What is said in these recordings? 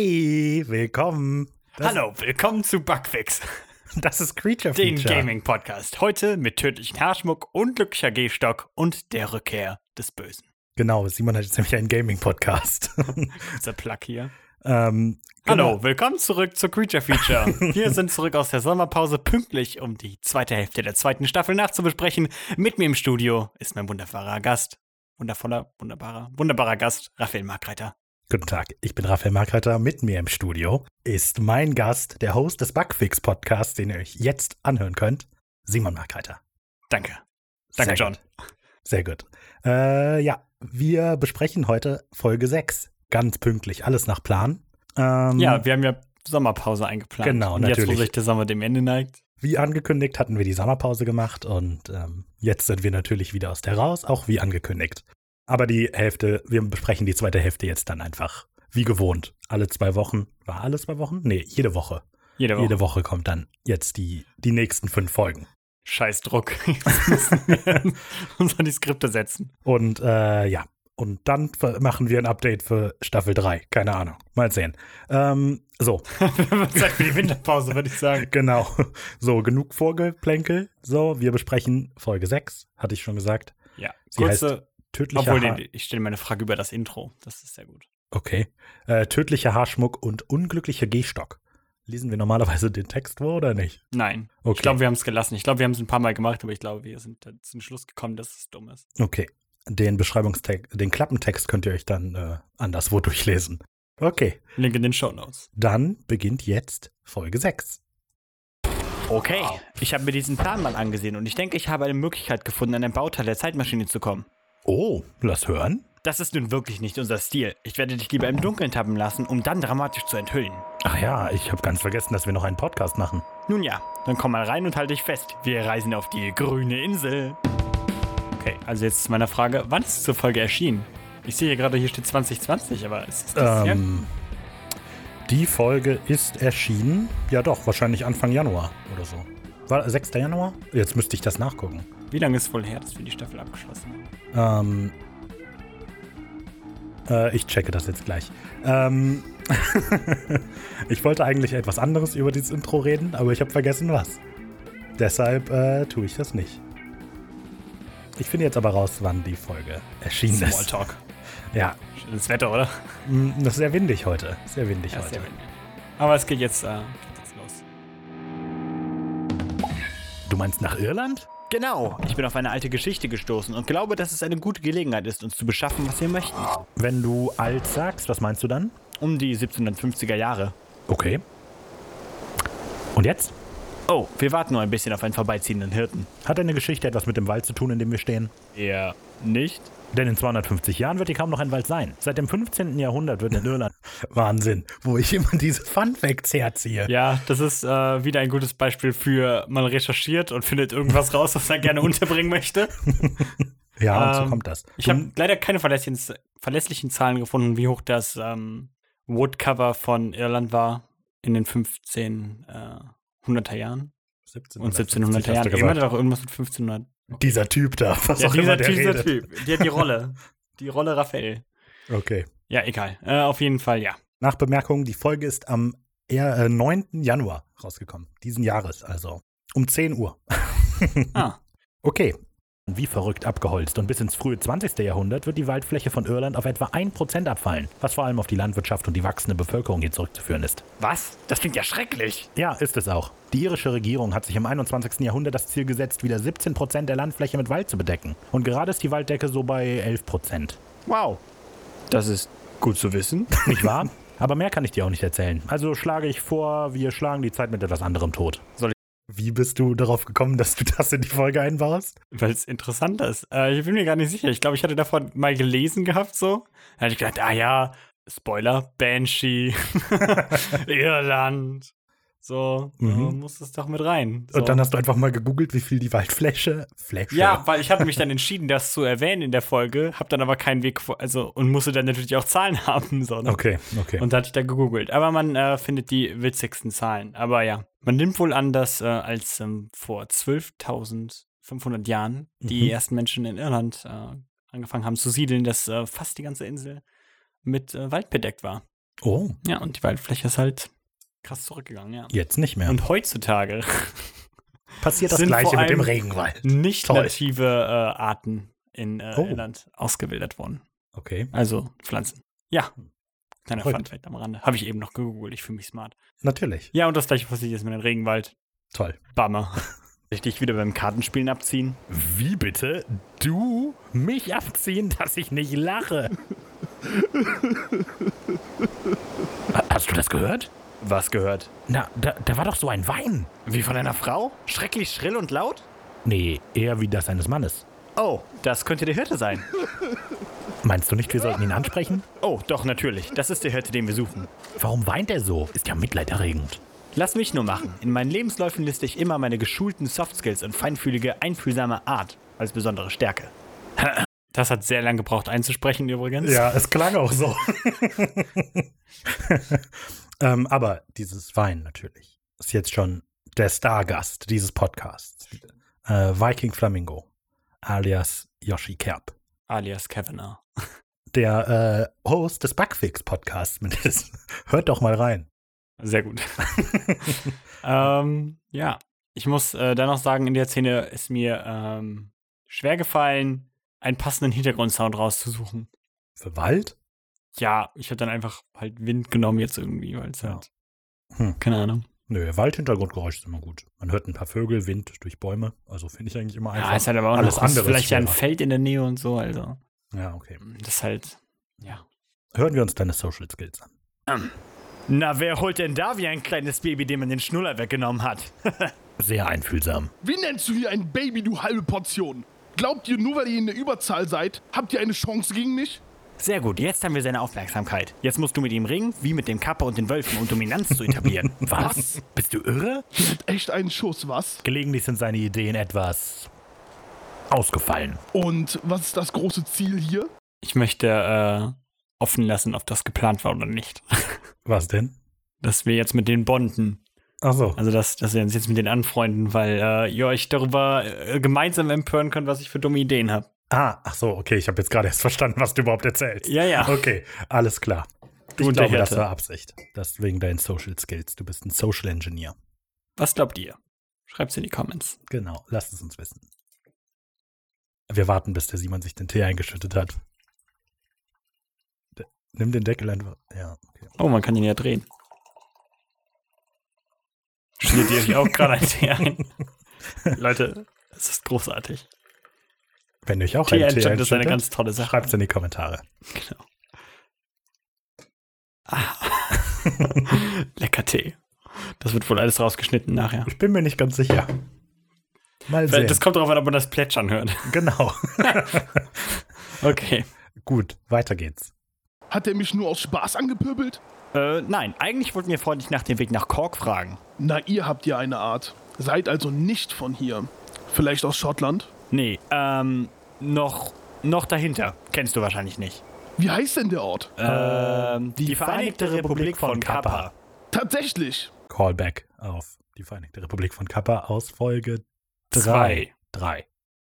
Hey, willkommen. Das, Hallo, willkommen zu Bugfix, Das ist Creature den Feature. Gaming-Podcast. Heute mit tödlichen Haarschmuck, unglücklicher Gehstock und der Rückkehr des Bösen. Genau, Simon hat jetzt nämlich einen Gaming-Podcast. Unser Plug hier. ähm, Hallo, willkommen zurück zu Creature Feature. Wir sind zurück aus der Sommerpause, pünktlich, um die zweite Hälfte der zweiten Staffel nachzubesprechen. Mit mir im Studio ist mein wunderbarer Gast, wundervoller, wunderbarer, wunderbarer Gast, Raphael Markreiter. Guten Tag, ich bin Raphael Markreiter. Mit mir im Studio ist mein Gast, der Host des Bugfix-Podcasts, den ihr euch jetzt anhören könnt, Simon Markreiter. Danke. Sehr Danke, John. Gut. Sehr gut. Äh, ja, wir besprechen heute Folge 6. Ganz pünktlich, alles nach Plan. Ähm, Ja, wir haben ja Sommerpause eingeplant. Genau, und Jetzt, wo natürlich. sich der Sommer dem Ende neigt. Wie angekündigt hatten wir die Sommerpause gemacht und ähm, jetzt sind wir natürlich wieder aus der raus, auch wie angekündigt. Aber die Hälfte, wir besprechen die zweite Hälfte jetzt dann einfach wie gewohnt. Alle zwei Wochen. War alle zwei Wochen? Nee, jede Woche. Jede Woche. Jede Woche kommt dann jetzt die, die nächsten fünf Folgen. Scheiß Druck. Jetzt müssen wir uns an die Skripte setzen. Und äh, ja, und dann ver- machen wir ein Update für Staffel 3. Keine Ahnung. Mal sehen. Ähm, so, Zeit für die Winterpause, würde ich sagen. genau. So, genug Vorgeplänkel. So, wir besprechen Folge 6, hatte ich schon gesagt. Ja, Sie kurze, Tödlicher obwohl, Haar- nee, ich stelle meine Frage über das Intro. Das ist sehr gut. Okay. Äh, tödlicher Haarschmuck und unglücklicher Gehstock. Lesen wir normalerweise den Text vor oder nicht? Nein, Okay. ich glaube, wir haben es gelassen. Ich glaube, wir haben es ein paar Mal gemacht, aber ich glaube, wir sind da zum Schluss gekommen, dass es dumm ist. okay. Den Beschreibungstext, den Klappentext könnt ihr euch dann äh, anderswo durchlesen. Okay. Link in den Show Notes. Dann beginnt jetzt Folge 6. Okay, ich habe mir diesen Plan mal angesehen und ich denke, ich habe eine Möglichkeit gefunden, an ein Bauteil der Zeitmaschine zu kommen. Oh, lass hören. Das ist nun wirklich nicht unser Stil. Ich werde dich lieber im Dunkeln tappen lassen, um dann dramatisch zu enthüllen. Ach ja, ich habe ganz vergessen, dass wir noch einen Podcast machen. Nun ja, dann komm mal rein und halt dich fest. Wir reisen auf die grüne Insel. Okay, also jetzt zu meiner Frage, wann ist diese Folge erschienen? Ich sehe hier gerade, hier steht 2020, aber ist es das Jahr? Ähm, die Folge ist erschienen. Ja doch, wahrscheinlich Anfang Januar oder so. War 6. Januar? Jetzt müsste ich das nachgucken. Wie lange ist wohl her, dass wir die Staffel abgeschlossen haben? Ähm, äh, ich checke das jetzt gleich. Ähm, ich wollte eigentlich etwas anderes über dieses Intro reden, aber ich habe vergessen was. Deshalb äh, tue ich das nicht. Ich finde jetzt aber raus, wann die Folge erschienen ist. Smalltalk. Ja, Schönes Wetter, oder? mm, das ist sehr windig heute. Sehr windig Ja, heute. sehr gut. Aber es geht jetzt, äh, geht jetzt los. Du meinst nach Irland? Genau, ich bin auf eine alte Geschichte gestoßen und glaube, dass es eine gute Gelegenheit ist, uns zu beschaffen, was wir möchten. Wenn du alt sagst, was meinst du dann? Um die 1750er Jahre. Okay. Und jetzt? Oh, wir warten nur ein bisschen auf einen vorbeiziehenden Hirten. Hat deine Geschichte etwas mit dem Wald zu tun, in dem wir stehen? Eher nicht? Denn in 250 Jahren wird hier kaum noch ein Wald sein. Seit dem 15. Jahrhundert wird in Irland. Wahnsinn, wo ich immer diese Fun Facts herziehe. Ja, das ist äh, wieder ein gutes Beispiel für, man recherchiert und findet irgendwas raus, was er gerne unterbringen möchte. Ja, und so Ähm, kommt das. Ich habe leider keine verlässlichen, verlässlichen Zahlen gefunden, wie hoch das ähm, Woodcover von Irland war in den 15 äh, 100er Jahren und 1700er Jahren. Immer Immer doch irgendwas mit 1500. dieser Typ da, was Ja, auch immer dieser der Typ, dieser redet. Typ. Die hat die Rolle. die Rolle Raphael. Okay. Ja, egal. Äh, auf jeden Fall, ja. Nachbemerkung, die Folge ist am eher, äh, 9. Januar rausgekommen. Diesen Jahres also. Um 10 Uhr. Ah, Okay. Wie verrückt abgeholzt und bis ins frühe 20. Jahrhundert wird die Waldfläche von Irland auf etwa 1% abfallen, was vor allem auf die Landwirtschaft und die wachsende Bevölkerung hier zurückzuführen ist. was? Das klingt ja schrecklich. Ja, ist es auch. Die irische Regierung hat sich im 21. Jahrhundert das Ziel gesetzt, wieder 17 Prozent der Landfläche mit Wald zu bedecken. Und gerade ist die Walddecke so bei 11 Prozent. Wow. Das ist gut zu wissen. Nicht wahr? Aber mehr kann ich dir auch nicht erzählen. Also schlage ich vor, wir schlagen die Zeit mit etwas anderem tot. Soll Wie bist du darauf gekommen, dass du das in die Folge einbaust? Weil es interessant ist. Äh, ich bin mir gar nicht sicher. Ich glaube, ich hatte davon mal gelesen gehabt, so. Da hatte ich gedacht, ah ja, Spoiler, Banshee, Irland. So, Mhm. äh, muss es doch mit rein. So. Und dann hast du einfach mal gegoogelt, wie viel die Waldfläche. Fläche. ja, weil ich hatte mich dann entschieden, das zu erwähnen in der Folge, habe dann aber keinen Weg, vor- also und musste dann natürlich auch Zahlen haben, so. ne? Okay, okay. Und da hatte ich da gegoogelt. Aber man äh, findet die witzigsten Zahlen. Aber ja, man nimmt wohl an, dass äh, als ähm, vor 12.500 Jahren die Mhm. ersten Menschen in Irland äh, angefangen haben zu siedeln, dass äh, fast die ganze Insel mit äh, Wald bedeckt war. Oh, Ja, und die Waldfläche ist halt krass zurückgegangen, ja. jetzt nicht mehr. Und heutzutage passiert sind vor allem- Regenwald. nicht Toll. native äh, Arten in äh, Oh. Irland ausgewildert worden. Okay. Also Pflanzen. Ja. Kleiner Verrückt. Funfact am Rande. Habe ich eben noch gegoogelt. Ich fühle mich smart. Natürlich. Ja, und das gleiche passiert jetzt mit dem Regenwald. Toll. Bammer. Soll ich dich wieder beim Kartenspielen abziehen? Wie bitte? Du mich abziehen, dass ich nicht lache? Hast du das gehört? Was gehört? Na, da, da war doch so ein Wein. Wie von einer Frau? Schrecklich schrill und laut? Nee, eher wie das eines Mannes. Oh, das könnte der Hirte sein. Meinst du nicht, wir sollten ihn ansprechen? Oh, doch, natürlich. Das ist der Hirte, den wir suchen. Warum weint er so? Ist ja mitleiderregend. Lass mich nur machen. In meinen Lebensläufen liste ich immer meine geschulten Softskills und feinfühlige, einfühlsame Art als besondere Stärke. Das hat sehr lange gebraucht einzusprechen übrigens. Ja, es klang auch so. ähm, aber dieses Wein natürlich ist jetzt schon der Stargast dieses Podcasts. Äh, Viking Flamingo, alias Yoshi Kerb, Alias Kavanaugh. der äh, Host des Bugfix Podcasts mindestens. Hört doch mal rein. Sehr gut. ähm, ja, ich muss äh, dann noch sagen, in der Szene ist mir ähm, schwer gefallen, einen passenden Hintergrundsound rauszusuchen. Für Wald? Ja, ich habe dann einfach halt Wind genommen jetzt irgendwie, weil es Ja. halt. Hm. Keine Ahnung. Nö, Waldhintergrundgeräusch ist immer gut. Man hört ein paar Vögel, Wind durch Bäume. Also finde ich eigentlich immer einfach. Ja, ist halt aber auch alles noch ist andere vielleicht ja ein schwerer. Feld in der Nähe und so, also. ja, okay. Das ist halt. Ja. Hören wir uns deine Social Skills an. Na, wer holt denn da wie ein kleines Baby, dem man den Schnuller weggenommen hat? Sehr einfühlsam. Wie nennst du hier ein Baby, du halbe Portion? Glaubt ihr, nur weil ihr in der Überzahl seid, habt ihr eine Chance gegen mich? Sehr gut, jetzt haben wir seine Aufmerksamkeit. Jetzt musst du mit ihm ringen, wie mit dem Kappe und den Wölfen, um Dominanz zu etablieren. Was? Bist du irre? Echt einen Schuss, was? Gelegentlich sind seine Ideen etwas ausgefallen. Und was ist das große Ziel hier? Ich möchte äh, offen lassen, ob das geplant war oder nicht. Was denn? Dass wir jetzt mit den Bonden, Achso. also dass, dass wir uns jetzt mit denen anfreunden, weil äh, ihr euch darüber äh, gemeinsam empören könnt, was ich für dumme Ideen habe. Ah, ach so, okay, ich habe jetzt gerade erst verstanden, was du überhaupt erzählst. Ja, ja. Okay, alles klar. Du ich und der glaube, das Hirte. war Absicht. Das wegen deinen Social Skills. Du bist ein Social Engineer. Was glaubt ihr? Schreibt's in die Comments. Genau, lasst es uns wissen. Wir warten, bis der Simon sich den Tee eingeschüttet hat. D- Nimm den Deckel einfach. Ja, okay. Oh, man kann ihn ja drehen. Schneidet ihr euch auch gerade ein Tee ein? Leute, es ist großartig. Wenn euch auch Tee einen Tee Enchant ist eine einschüttet, ganz tolle Sache. schreibt's in die Kommentare. Genau. Ah. Lecker Tee. Das wird wohl alles rausgeschnitten nachher. Ich bin mir nicht ganz sicher. Mal sehen. Weil Das kommt darauf an, ob man das Plätschern hört. genau. Okay. Gut, weiter geht's. Hat er mich nur aus Spaß angepöbelt? Äh, nein, eigentlich wollten wir freundlich nach dem Weg nach Cork fragen. Na, ihr habt ja eine Art. Seid also nicht von hier. Vielleicht aus Schottland? Nee, ähm, noch, noch dahinter. Kennst du wahrscheinlich nicht. Wie heißt denn der Ort? Ähm, die, Vereinigte Republik von Kappa. Tatsächlich. Callback auf die Vereinigte Republik von Kappa aus Folge 3. Zwei. 3.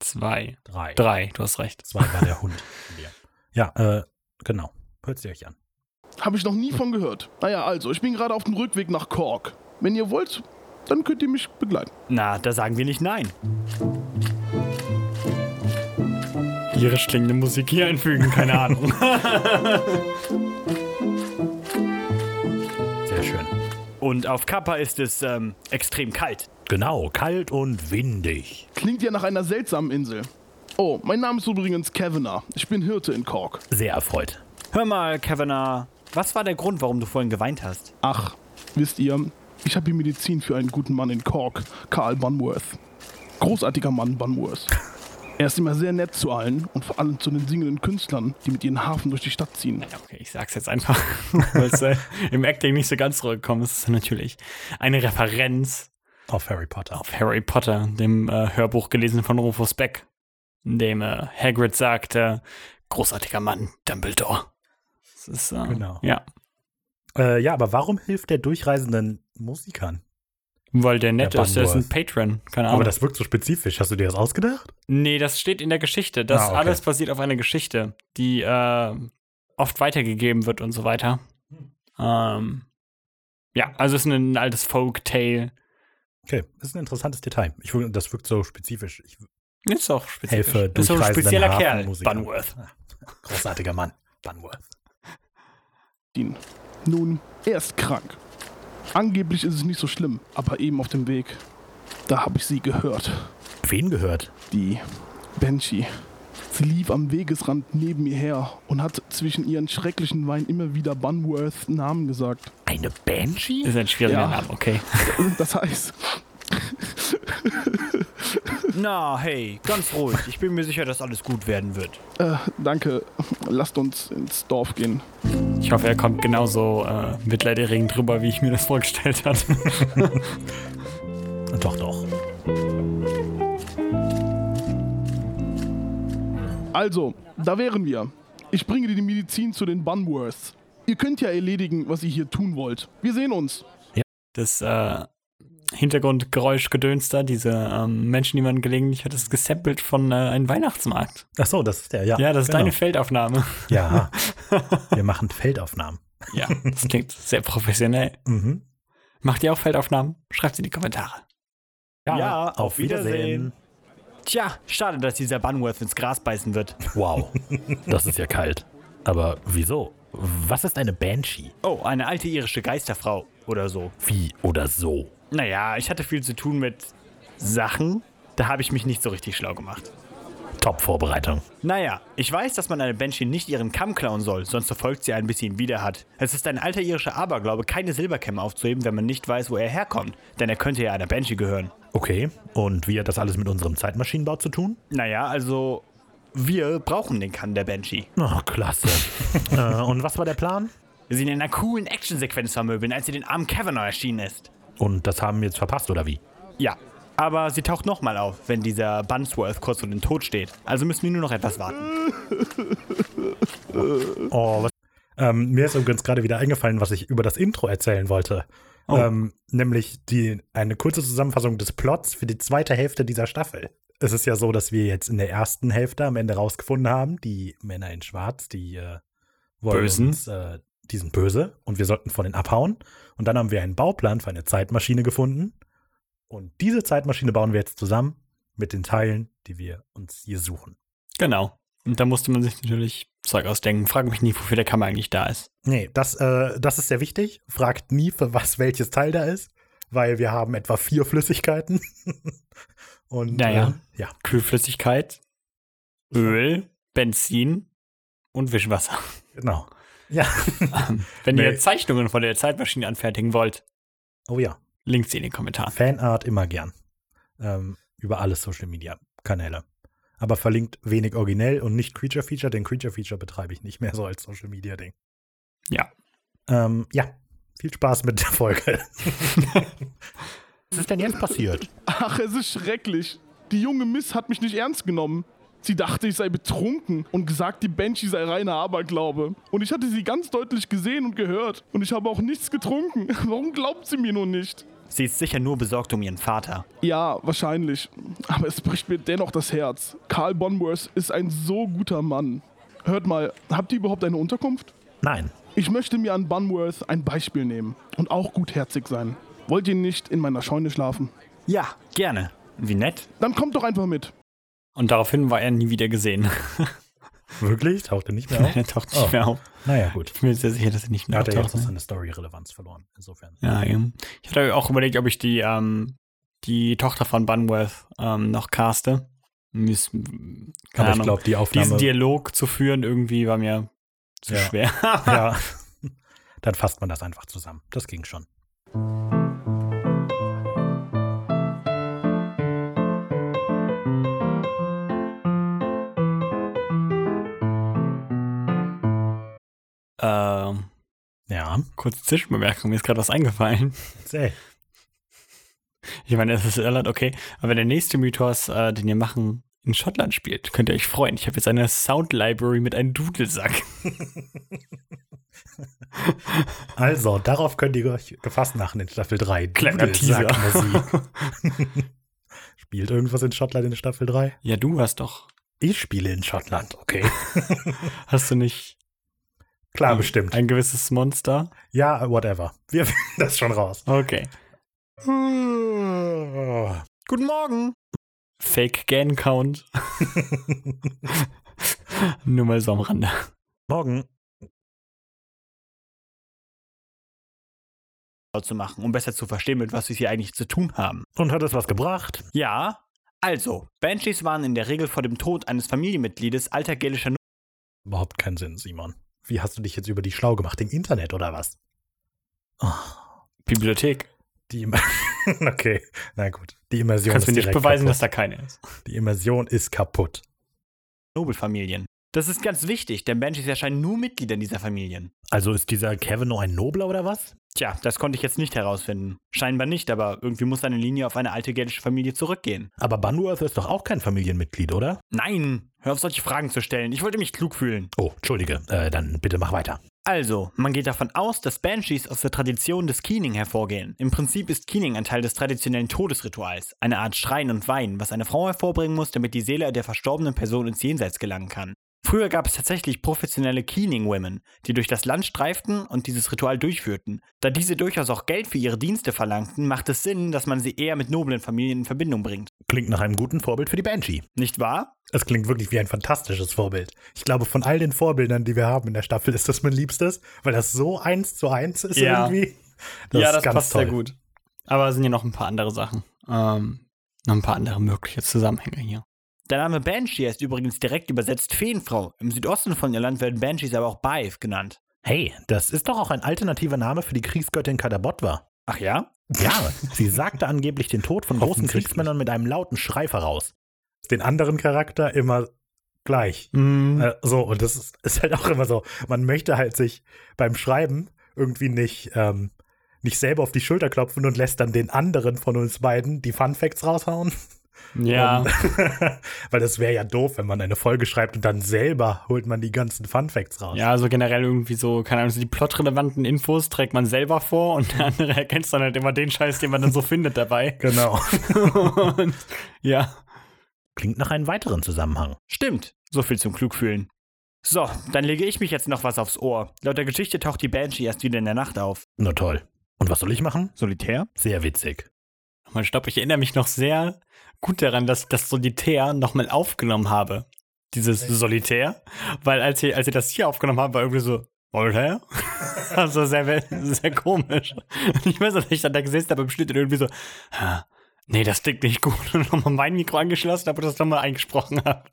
Zwei. 3. Drei, du hast recht. 2 war der Hund. von dir. Ja, äh, genau. Hört sie euch an. Hab ich noch nie von gehört. Naja, also, ich bin gerade auf dem Rückweg nach Cork. Wenn ihr wollt, dann könnt ihr mich begleiten. Na, da sagen wir nicht nein. Ihre klingende Musik hier einfügen, keine Ahnung. Sehr schön. Und auf Kappa ist es ähm, extrem kalt. Genau, kalt und windig. Klingt ja nach einer seltsamen Insel. Oh, mein Name ist übrigens Kavanagh. Ich bin Hirte in Cork. Sehr erfreut. Hör mal, Kavanagh, was war der Grund, warum du vorhin geweint hast? Ach, wisst ihr, ich habe hier Medizin für einen guten Mann in Cork, Karl Bunworth. Großartiger Mann Bunworth. Er ist immer sehr nett zu allen und vor allem zu den singenden Künstlern, die mit ihren Hafen durch die Stadt ziehen. Ja, okay, ich sag's jetzt einfach, weil es äh, im Acting nicht so ganz zurückgekommen ist. Das ist natürlich eine Referenz Auf Harry Potter. auf Harry Potter, dem äh, Hörbuch gelesen von Rufus Beck, in dem äh, Hagrid sagte, großartiger Mann, Dumbledore. Das ist, äh, Genau. Ja, Äh, ja, aber warum hilft der durchreisenden Musikern? weil der nett Der ist, der ist ein Bunworth. Patron, keine Ahnung. Aber das wirkt so spezifisch. Hast du dir das ausgedacht? Nee, das steht in der Geschichte. Das Ah, okay. alles Hm. basiert auf einer Geschichte, die äh, oft weitergegeben wird und so weiter. Ähm, ja, also es ist ein altes Folktale. Okay, das ist ein interessantes Detail. Ich, will- das wirkt so spezifisch. Ich Ist auch spezifisch. helfe ist so ein durchreisenden spezieller Kerl, Hafenmusikern. Bunworth. Großartiger Mann, Bunworth. ihn. Nun, er ist krank. Angeblich ist es nicht so schlimm, aber eben auf dem Weg, da habe ich sie gehört. Wen gehört? Die Banshee. Sie lief am Wegesrand neben mir her und hat zwischen ihren schrecklichen Weinen immer wieder Bunworths Namen gesagt. Eine Banshee? Ist ein schwieriger Ja. Name, okay. Das heißt, Na, hey, ganz ruhig. Ich bin mir sicher, dass alles gut werden wird. äh, danke, lasst uns ins Dorf gehen. Ich hoffe, er kommt genauso äh, mitleiderregend drüber, wie ich mir das vorgestellt hatte. Doch, doch. Also, da wären wir. Ich bringe dir die Medizin zu den Bunworths. Ihr könnt ja erledigen, was ihr hier tun wollt. Wir sehen uns. Das äh, Hintergrundgeräuschgedöns da, diese ähm, Menschen, die man gelegentlich hat, das ist gesampelt von äh, einem Weihnachtsmarkt. Ach so, das ist der, ja. Ja, das ist genau. deine Feldaufnahme. Ja. Wir machen Feldaufnahmen. Ja, das klingt sehr professionell. Mhm. Macht ihr auch Feldaufnahmen? Schreibt sie in die Kommentare. Ja, auf Wiedersehen. Tja, schade, dass dieser Bunworth ins Gras beißen wird. Wow, das ist ja kalt. Aber wieso? Was ist eine Banshee? Oh, eine alte irische Geisterfrau oder so. Wie oder so? Naja, ich hatte viel zu tun mit Sachen. Da habe ich mich nicht so richtig schlau gemacht. Top-Vorbereitung. Naja, ich weiß, dass man eine Banshee nicht ihren Kamm klauen soll, sonst verfolgt sie ein bisschen wieder hat. Es ist ein alter irischer Aberglaube, keine Silberkämme aufzuheben, wenn man nicht weiß, wo er herkommt. Denn er könnte ja einer Banshee gehören. Okay, und wie hat das alles mit unserem Zeitmaschinenbau zu tun? Naja, also. Wir brauchen den Kamm der Banshee. Ach, klasse. äh, und was war der Plan? Wir sind in einer coolen Actionsequenz vermöbeln, als sie den armen Kavanaugh erschienen ist. Und das haben wir jetzt verpasst, oder wie? Ja. Aber sie taucht nochmal auf, wenn dieser Bunsworth kurz vor dem Tod steht. Also müssen wir nur noch etwas warten. Oh, was? Ähm, mir ist übrigens gerade wieder eingefallen, was ich über das Intro erzählen wollte. Oh. Ähm, nämlich die, eine kurze Zusammenfassung des Plots für die zweite Hälfte dieser Staffel. Es ist ja so, dass wir jetzt in der ersten Hälfte am Ende rausgefunden haben, die Männer in Schwarz, die äh, wollen Bösen. Uns, äh, die sind böse und wir sollten von denen abhauen. Und dann haben wir einen Bauplan für eine Zeitmaschine gefunden. Und diese Zeitmaschine bauen wir jetzt zusammen mit den Teilen, die wir uns hier suchen. Genau. Und da musste man sich natürlich Zeug ausdenken. Frage mich nicht, wofür der Kamm eigentlich da ist. Nee, das, äh, das ist sehr wichtig. Fragt nie, für was welches Teil da ist, weil wir haben etwa vier Flüssigkeiten. Und Naja. äh, ja, Kühlflüssigkeit, Öl, Benzin und Wischwasser. genau. Ja. Wenn Nee. ihr Zeichnungen von der Zeitmaschine anfertigen wollt, Oh ja. links in den Kommentaren. Fanart immer gern. Ähm, über alle Social Media Kanäle. Aber verlinkt wenig originell und nicht Creature Feature, denn Creature Feature betreibe ich nicht mehr so als Social Media Ding. Ja. Ähm, ja. Viel Spaß mit der Folge. Was ist denn jetzt passiert? Ach, es ist schrecklich. Die junge Miss hat mich nicht ernst genommen. Sie dachte, ich sei betrunken und gesagt, die Banshee sei reiner Aberglaube. Und ich hatte sie ganz deutlich gesehen und gehört. Und ich habe auch nichts getrunken. Warum glaubt sie mir nur nicht? Sie ist sicher nur besorgt um ihren Vater. Ja, wahrscheinlich. Aber es bricht mir dennoch das Herz. Karl Bonworth ist ein so guter Mann. Hört mal, habt ihr überhaupt eine Unterkunft? Nein. Ich möchte mir an Bunworth ein Beispiel nehmen und auch gutherzig sein. Wollt ihr nicht in meiner Scheune schlafen? Ja, gerne. Wie nett. Dann kommt doch einfach mit. Und daraufhin war er nie wieder gesehen. Wirklich? Tauchte nicht mehr auf? er taucht nicht Oh. mehr auf. Naja, gut. Ich bin mir sehr sicher, dass er nicht mehr Hat er jetzt auftaucht. noch ne? seine Story-Relevanz verloren. Insofern. Ja, ja. Ich hatte auch überlegt, ob ich die, ähm, die Tochter von Bunworth ähm, noch caste. Miss, hm, Aber keine ich Ahnung. glaube, die Aufnahme. diesen Dialog zu führen, irgendwie war mir zu Ja. schwer. ja. Dann fasst man das einfach zusammen. Das ging schon. ähm, Ja, kurze Zwischenbemerkung, mir ist gerade was eingefallen. erzähl. Ich meine, es ist Irland, okay. Aber wenn der nächste Mythos, äh, den wir machen, in Schottland spielt, könnt ihr euch freuen. Ich habe jetzt eine Sound Library mit einem Dudelsack. Also, darauf könnt ihr euch gefasst machen in Staffel 3. Kleiner Teaser. Dudelsackmusik. Spielt irgendwas in Schottland in Staffel 3? Ja, du hast doch. Ich spiele in Schottland, okay. Hast du nicht. Klar, bestimmt. Ein gewisses Monster. Ja, whatever. Wir finden das schon raus. Okay. Guten Morgen. Fake Gan Count. Nur mal so am Rande. Morgen. zu machen, um besser zu verstehen, mit was wir es hier eigentlich zu tun haben. Und hat es was gebracht? Ja, also, Banshees waren in der Regel vor dem Tod eines Familienmitgliedes alter gälischer Nu- Überhaupt keinen Sinn, Simon. Wie hast du dich jetzt über die schlau gemacht? Im Internet oder was? Bibliothek. Die Im Okay, na gut. Die Immersion Kannst mir nicht direkt beweisen, dass kaputt. da keine ist. Die Immersion ist kaputt. Nobelfamilien. Das ist ganz wichtig, denn Banshees erscheinen nur Mitglieder dieser Familien. Also ist dieser Kevin nur ein Nobler oder was? Tja, das konnte ich jetzt nicht herausfinden. Scheinbar nicht, aber irgendwie muss seine Linie auf eine alte gälische Familie zurückgehen. Aber Bunworth ist doch auch kein Familienmitglied, oder? Nein, hör auf solche Fragen zu stellen. Ich wollte mich klug fühlen. Oh, entschuldige. Äh, dann bitte mach weiter. Also, man geht davon aus, dass Banshees aus der Tradition des Keening hervorgehen. Im Prinzip ist Keening ein Teil des traditionellen Todesrituals, eine Art Schreien und Weinen, was eine Frau hervorbringen muss, damit die Seele der verstorbenen Person ins Jenseits gelangen kann. Früher gab es tatsächlich professionelle Keening-Women, die durch das Land streiften und dieses Ritual durchführten. Da diese durchaus auch Geld für ihre Dienste verlangten, macht es Sinn, dass man sie eher mit noblen Familien in Verbindung bringt. Klingt nach einem guten Vorbild für die Banshee. Nicht wahr? Das klingt wirklich wie ein fantastisches Vorbild. Ich glaube, von all den Vorbildern, die wir haben in der Staffel, ist das mein Liebstes, weil das so eins zu eins ist Ja. irgendwie. gut. Aber es sind ja noch ein paar andere Sachen. Ähm, noch ein paar andere mögliche Zusammenhänge hier. Der Name Banshee heißt übrigens direkt übersetzt Feenfrau. Im Südosten von Irland werden Banshees aber auch Baif genannt. Hey, das ist doch auch ein alternativer Name für die Kriegsgöttin Kadabotwa. Ach ja? Ja, sie sagte angeblich den Tod von großen Offensichtlich. Kriegsmännern mit einem lauten Schrei voraus. Den anderen Charakter immer gleich. Äh, Äh, so, und das ist, ist halt auch immer so. Man möchte halt sich beim Schreiben irgendwie nicht, ähm, nicht selber auf die Schulter klopfen und lässt dann den anderen von uns beiden die Fun Facts raushauen. ja. Und- weil das wäre ja doof, wenn man eine Folge schreibt und dann selber holt man die ganzen Fun Facts raus. Ja, also generell irgendwie so, keine Ahnung, so die plotrelevanten Infos trägt man selber vor und der andere erkennt dann halt immer den Scheiß, den man dann so findet dabei. Genau. und, ja. Klingt nach einem weiteren Zusammenhang. Stimmt, so viel zum Klugfühlen. So, dann lege ich mich jetzt noch was aufs Ohr. Laut der Geschichte taucht die Banshee erst wieder in der Nacht auf. Na toll. Und was soll ich machen? Solitär? Sehr witzig. Nochmal stopp, ich erinnere mich noch sehr gut daran, dass ich das Solitär nochmal aufgenommen habe. Dieses Solitär. Weil als ich, als ich das hier aufgenommen habe, war irgendwie so, Solitär? also sehr, we- sehr komisch. Und ich weiß nicht, ich dann da gesessen habe im Schnitt und irgendwie so, "Ah, nee, das klingt nicht gut. Und nochmal mein Mikro angeschlossen habe und das nochmal eingesprochen habe.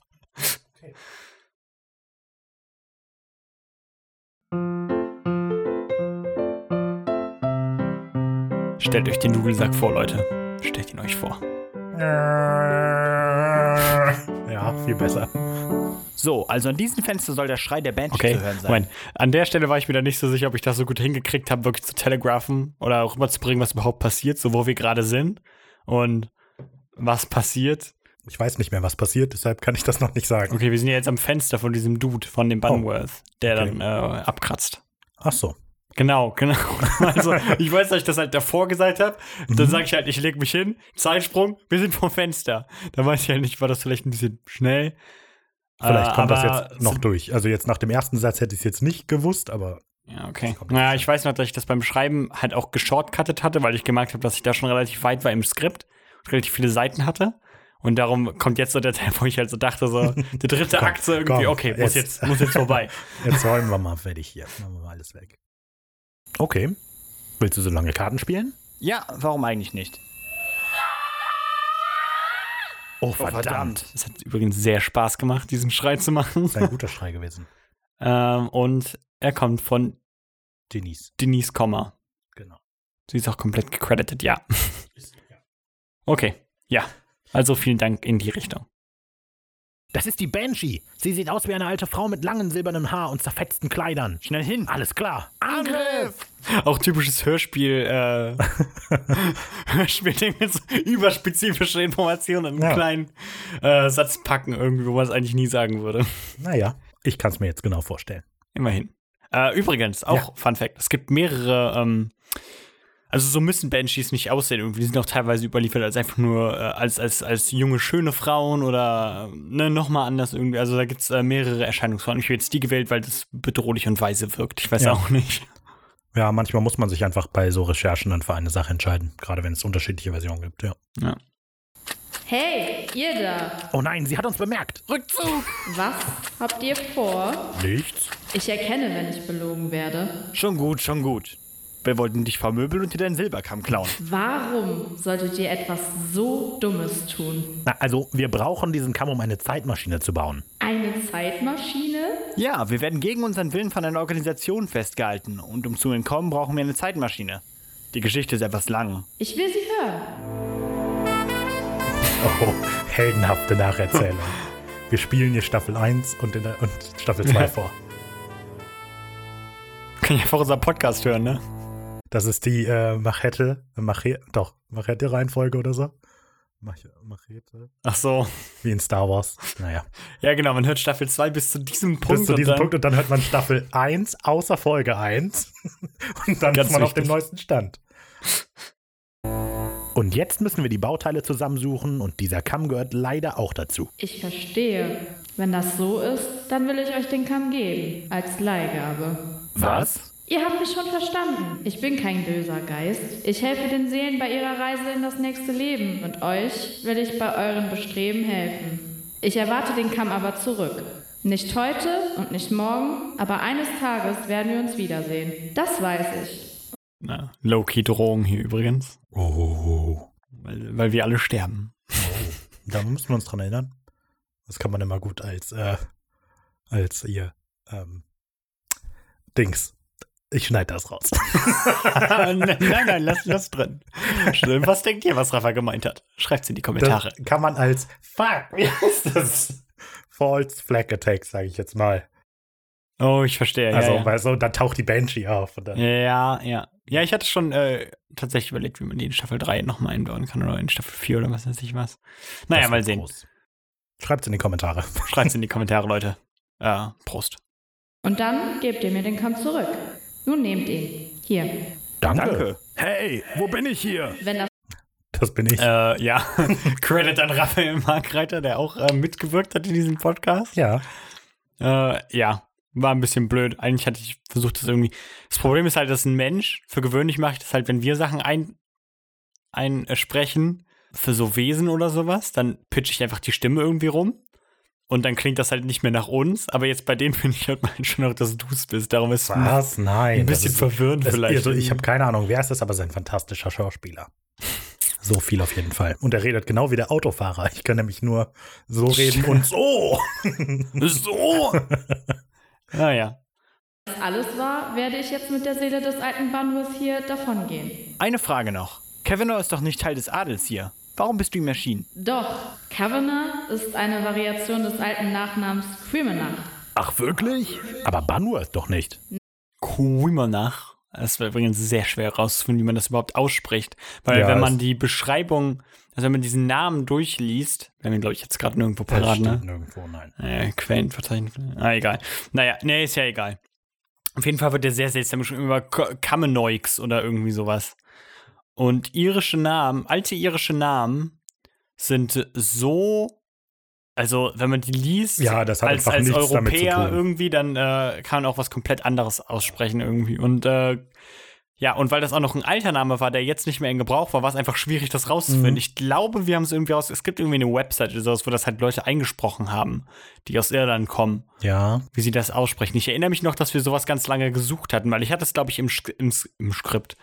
Stellt euch den Nudelsack vor, Leute. Stellt ihn euch vor. Äh. ja, viel besser. So, also an diesem Fenster soll der Schrei der Banshee Okay, zu hören sein. Moment, an der Stelle war ich mir da nicht so sicher, ob ich das so gut hingekriegt habe, wirklich zu telegrafen oder auch rüberzubringen, was überhaupt passiert, so wo wir gerade sind und was passiert. Ich weiß nicht mehr, was passiert, deshalb kann ich das noch nicht sagen. Okay, wir sind ja jetzt am Fenster von diesem Dude, von dem Bunworth, der Oh, okay. dann äh, abkratzt. Ach so. Genau, genau. Also, ich weiß, dass ich das halt davor gesagt habe. Mhm. Dann sage ich halt, ich leg mich hin, Zeitsprung, wir sind vom Fenster. Da weiß ich halt nicht, war das vielleicht ein bisschen schnell. Vielleicht Äh, kommt das aber jetzt noch durch. Also jetzt nach dem ersten Satz hätte ich es jetzt nicht gewusst, aber Ja, okay. kommt Ja, ich weiß noch, dass ich das beim Schreiben halt auch geshortcuttet hatte, weil ich gemerkt habe, dass ich da schon relativ weit war im Skript und relativ viele Seiten hatte. Und darum kommt jetzt so der Teil, wo ich halt so dachte, so, der dritte Akt so irgendwie, komm, okay, muss jetzt. jetzt, muss jetzt vorbei. jetzt räumen wir mal fertig hier. Machen wir mal alles weg. Okay. Willst du so lange Karten spielen? ja, warum eigentlich nicht? Oh, Es hat übrigens sehr Spaß gemacht, diesen Schrei zu machen. Ist ein guter Schrei gewesen. Ähm, und er kommt von Denise, Denise Kommer. genau. Sie ist auch komplett gecredited, ja. Okay, ja. Also vielen Dank in die Richtung. Das ist die Banshee. Sie sieht aus wie eine alte Frau mit langem silbernem Haar und zerfetzten Kleidern. Schnell hin. Alles klar. Angriff! Auch typisches Hörspiel, äh, Hörspielding mit so überspezifischen Informationen in einen Ja. kleinen äh, Satz packen, irgendwie, wo man es eigentlich nie sagen würde. Naja, ich kann es mir jetzt genau vorstellen. Immerhin. Äh, übrigens, auch Fun Fact: Es gibt mehrere ähm, Also so müssen Banshees nicht aussehen irgendwie. Die sind auch teilweise überliefert als einfach nur äh, als, als, als junge, schöne Frauen oder äh, ne, nochmal anders irgendwie. Also da gibt es äh, mehrere Erscheinungsformen. Ich habe jetzt die gewählt, weil das bedrohlich und weise wirkt. Ich weiß Ja. auch nicht. Ja, manchmal muss man sich einfach bei so Recherchen dann für eine Sache entscheiden, gerade wenn es unterschiedliche Versionen gibt, ja. Ja. Hey, ihr da. Oh nein, sie hat uns bemerkt. Rückzug! Was habt ihr vor? Nichts? Ich erkenne, wenn ich belogen werde. Schon gut, schon gut. Wir wollten dich vermöbeln und dir deinen Silberkamm klauen. Warum solltet ihr etwas so Dummes tun? Na, also, wir brauchen diesen Kamm, um eine Zeitmaschine zu bauen. Eine Zeitmaschine? Ja, wir werden gegen unseren Willen von einer Organisation festgehalten. Und um zu entkommen, brauchen wir eine Zeitmaschine. Die Geschichte ist etwas lang. Ich will sie hören. Oh, heldenhafte Nacherzählung. Wir spielen hier Staffel 1 und, in der, und Staffel 2 vor. Kann ja vor unserem Podcast hören, ne? Das ist die äh, Machete, Machete, doch, Machete-Reihenfolge oder so. Mach, Machete. Ach so. Wie in Star Wars. Naja. Ja, genau, man hört Staffel 2 bis zu diesem Punkt. Bis zu diesem und dann, Punkt und dann hört man Staffel 1 außer Folge 1. Und dann Ganz ist man auf wichtig. dem neuesten Stand. Und jetzt müssen wir die Bauteile zusammensuchen und dieser Kamm gehört leider auch dazu. Ich verstehe. Wenn das so ist, dann will ich euch den Kamm geben. Als Leihgabe. Was? Ihr habt mich schon verstanden. Ich bin kein böser Geist. Ich helfe den Seelen bei ihrer Reise in das nächste Leben und euch will ich bei euren Bestreben helfen. Ich erwarte den Kamm aber zurück. Nicht heute und nicht morgen, aber eines Tages werden wir uns wiedersehen. Das weiß ich. Na, Low-Key-Drohung hier übrigens. Oh. Weil, weil wir alle sterben. Da müssen wir uns dran erinnern. Das kann man immer gut als, äh, als ihr, ähm, Dings. Ich schneide das raus. nein, nein, lass das drin. Stimmt. Was denkt ihr, was Rafa gemeint hat? Schreibt's in die Kommentare. Das kann man als Fuck, wie heißt das? False Flag Attack, sage ich jetzt mal. oh, ich verstehe. also, ja, ja. weil so, dann taucht die Banshee auf. Und dann, Ja, ja. Ja, ich hatte schon äh, tatsächlich überlegt, wie man die in Staffel 3 nochmal einbauen kann oder in Staffel 4 oder was weiß ich was. Naja, Das mal wird sehen. groß. Schreibt's in die Kommentare. Schreibt's in die Kommentare, Leute. Äh, Prost. Und dann gebt ihr mir den Kamm zurück. Nun nehmt ihn. Hier. Danke. Hey, wo bin ich hier? Wenn das Das bin ich. Äh, ja. Credit an Raphael Markreiter, der auch äh, mitgewirkt hat in diesem Podcast. ja. Äh, ja. War ein bisschen blöd. Eigentlich hatte ich versucht, das irgendwie. Das Problem ist halt, dass ein Mensch, für gewöhnlich mache ich das halt, wenn wir Sachen ein, einsprechen, für so Wesen oder sowas, dann pitch ich einfach die Stimme irgendwie rum. Und dann klingt das halt nicht mehr nach uns. Aber jetzt bei denen finde ich halt mal schon noch, dass du es bist. Darum ist es Was? Nein. ein das bisschen ist- verwirrend das- vielleicht. Also, ich habe keine Ahnung, wer es ist, aber es ist ein fantastischer Schauspieler. So viel auf jeden Fall. Und er redet genau wie der Autofahrer. Ich kann nämlich nur so reden und so. So! naja. alles war, werde ich jetzt mit der Seele des alten Banwurs hier davongehen. Eine Frage noch. Kavanaugh ist doch nicht Teil des Adels hier. Warum bist du ihm erschienen? Doch, Kavanagh ist eine Variation des alten Nachnamens Criminach. Ach, wirklich? Aber Banworth doch nicht. Quimonach. Es war übrigens sehr schwer herauszufinden, wie man das überhaupt ausspricht. Weil Ja, wenn es- man die Beschreibung, also wenn man diesen Namen durchliest, wir haben ihn, glaube ich, jetzt gerade nirgendwo parat, ne? Stimmt nirgendwo, nein. Äh, Quellenverzeichnis. Ah, egal. Naja, nee, ist ja egal. Auf jeden Fall wird der sehr seltsam schon über Kamenoix oder irgendwie sowas. Und irische Namen, alte irische Namen sind so, also wenn man die liest, Ja, das hat als, einfach als nichts damit zu Europäer tun. irgendwie, dann äh, kann man auch was komplett anderes aussprechen irgendwie. Und äh, ja, und weil das auch noch ein alter Name war, der jetzt nicht mehr in Gebrauch war, war es einfach schwierig, das rauszufinden. Mhm. Ich glaube, wir haben es irgendwie aus. Es gibt irgendwie eine Website oder sowas, wo das halt Leute eingesprochen haben, die aus Irland kommen, Ja. wie sie das aussprechen. Ich erinnere mich noch, dass wir sowas ganz lange gesucht hatten, weil ich hatte es, glaube ich, im, Sk im, S- im Skript.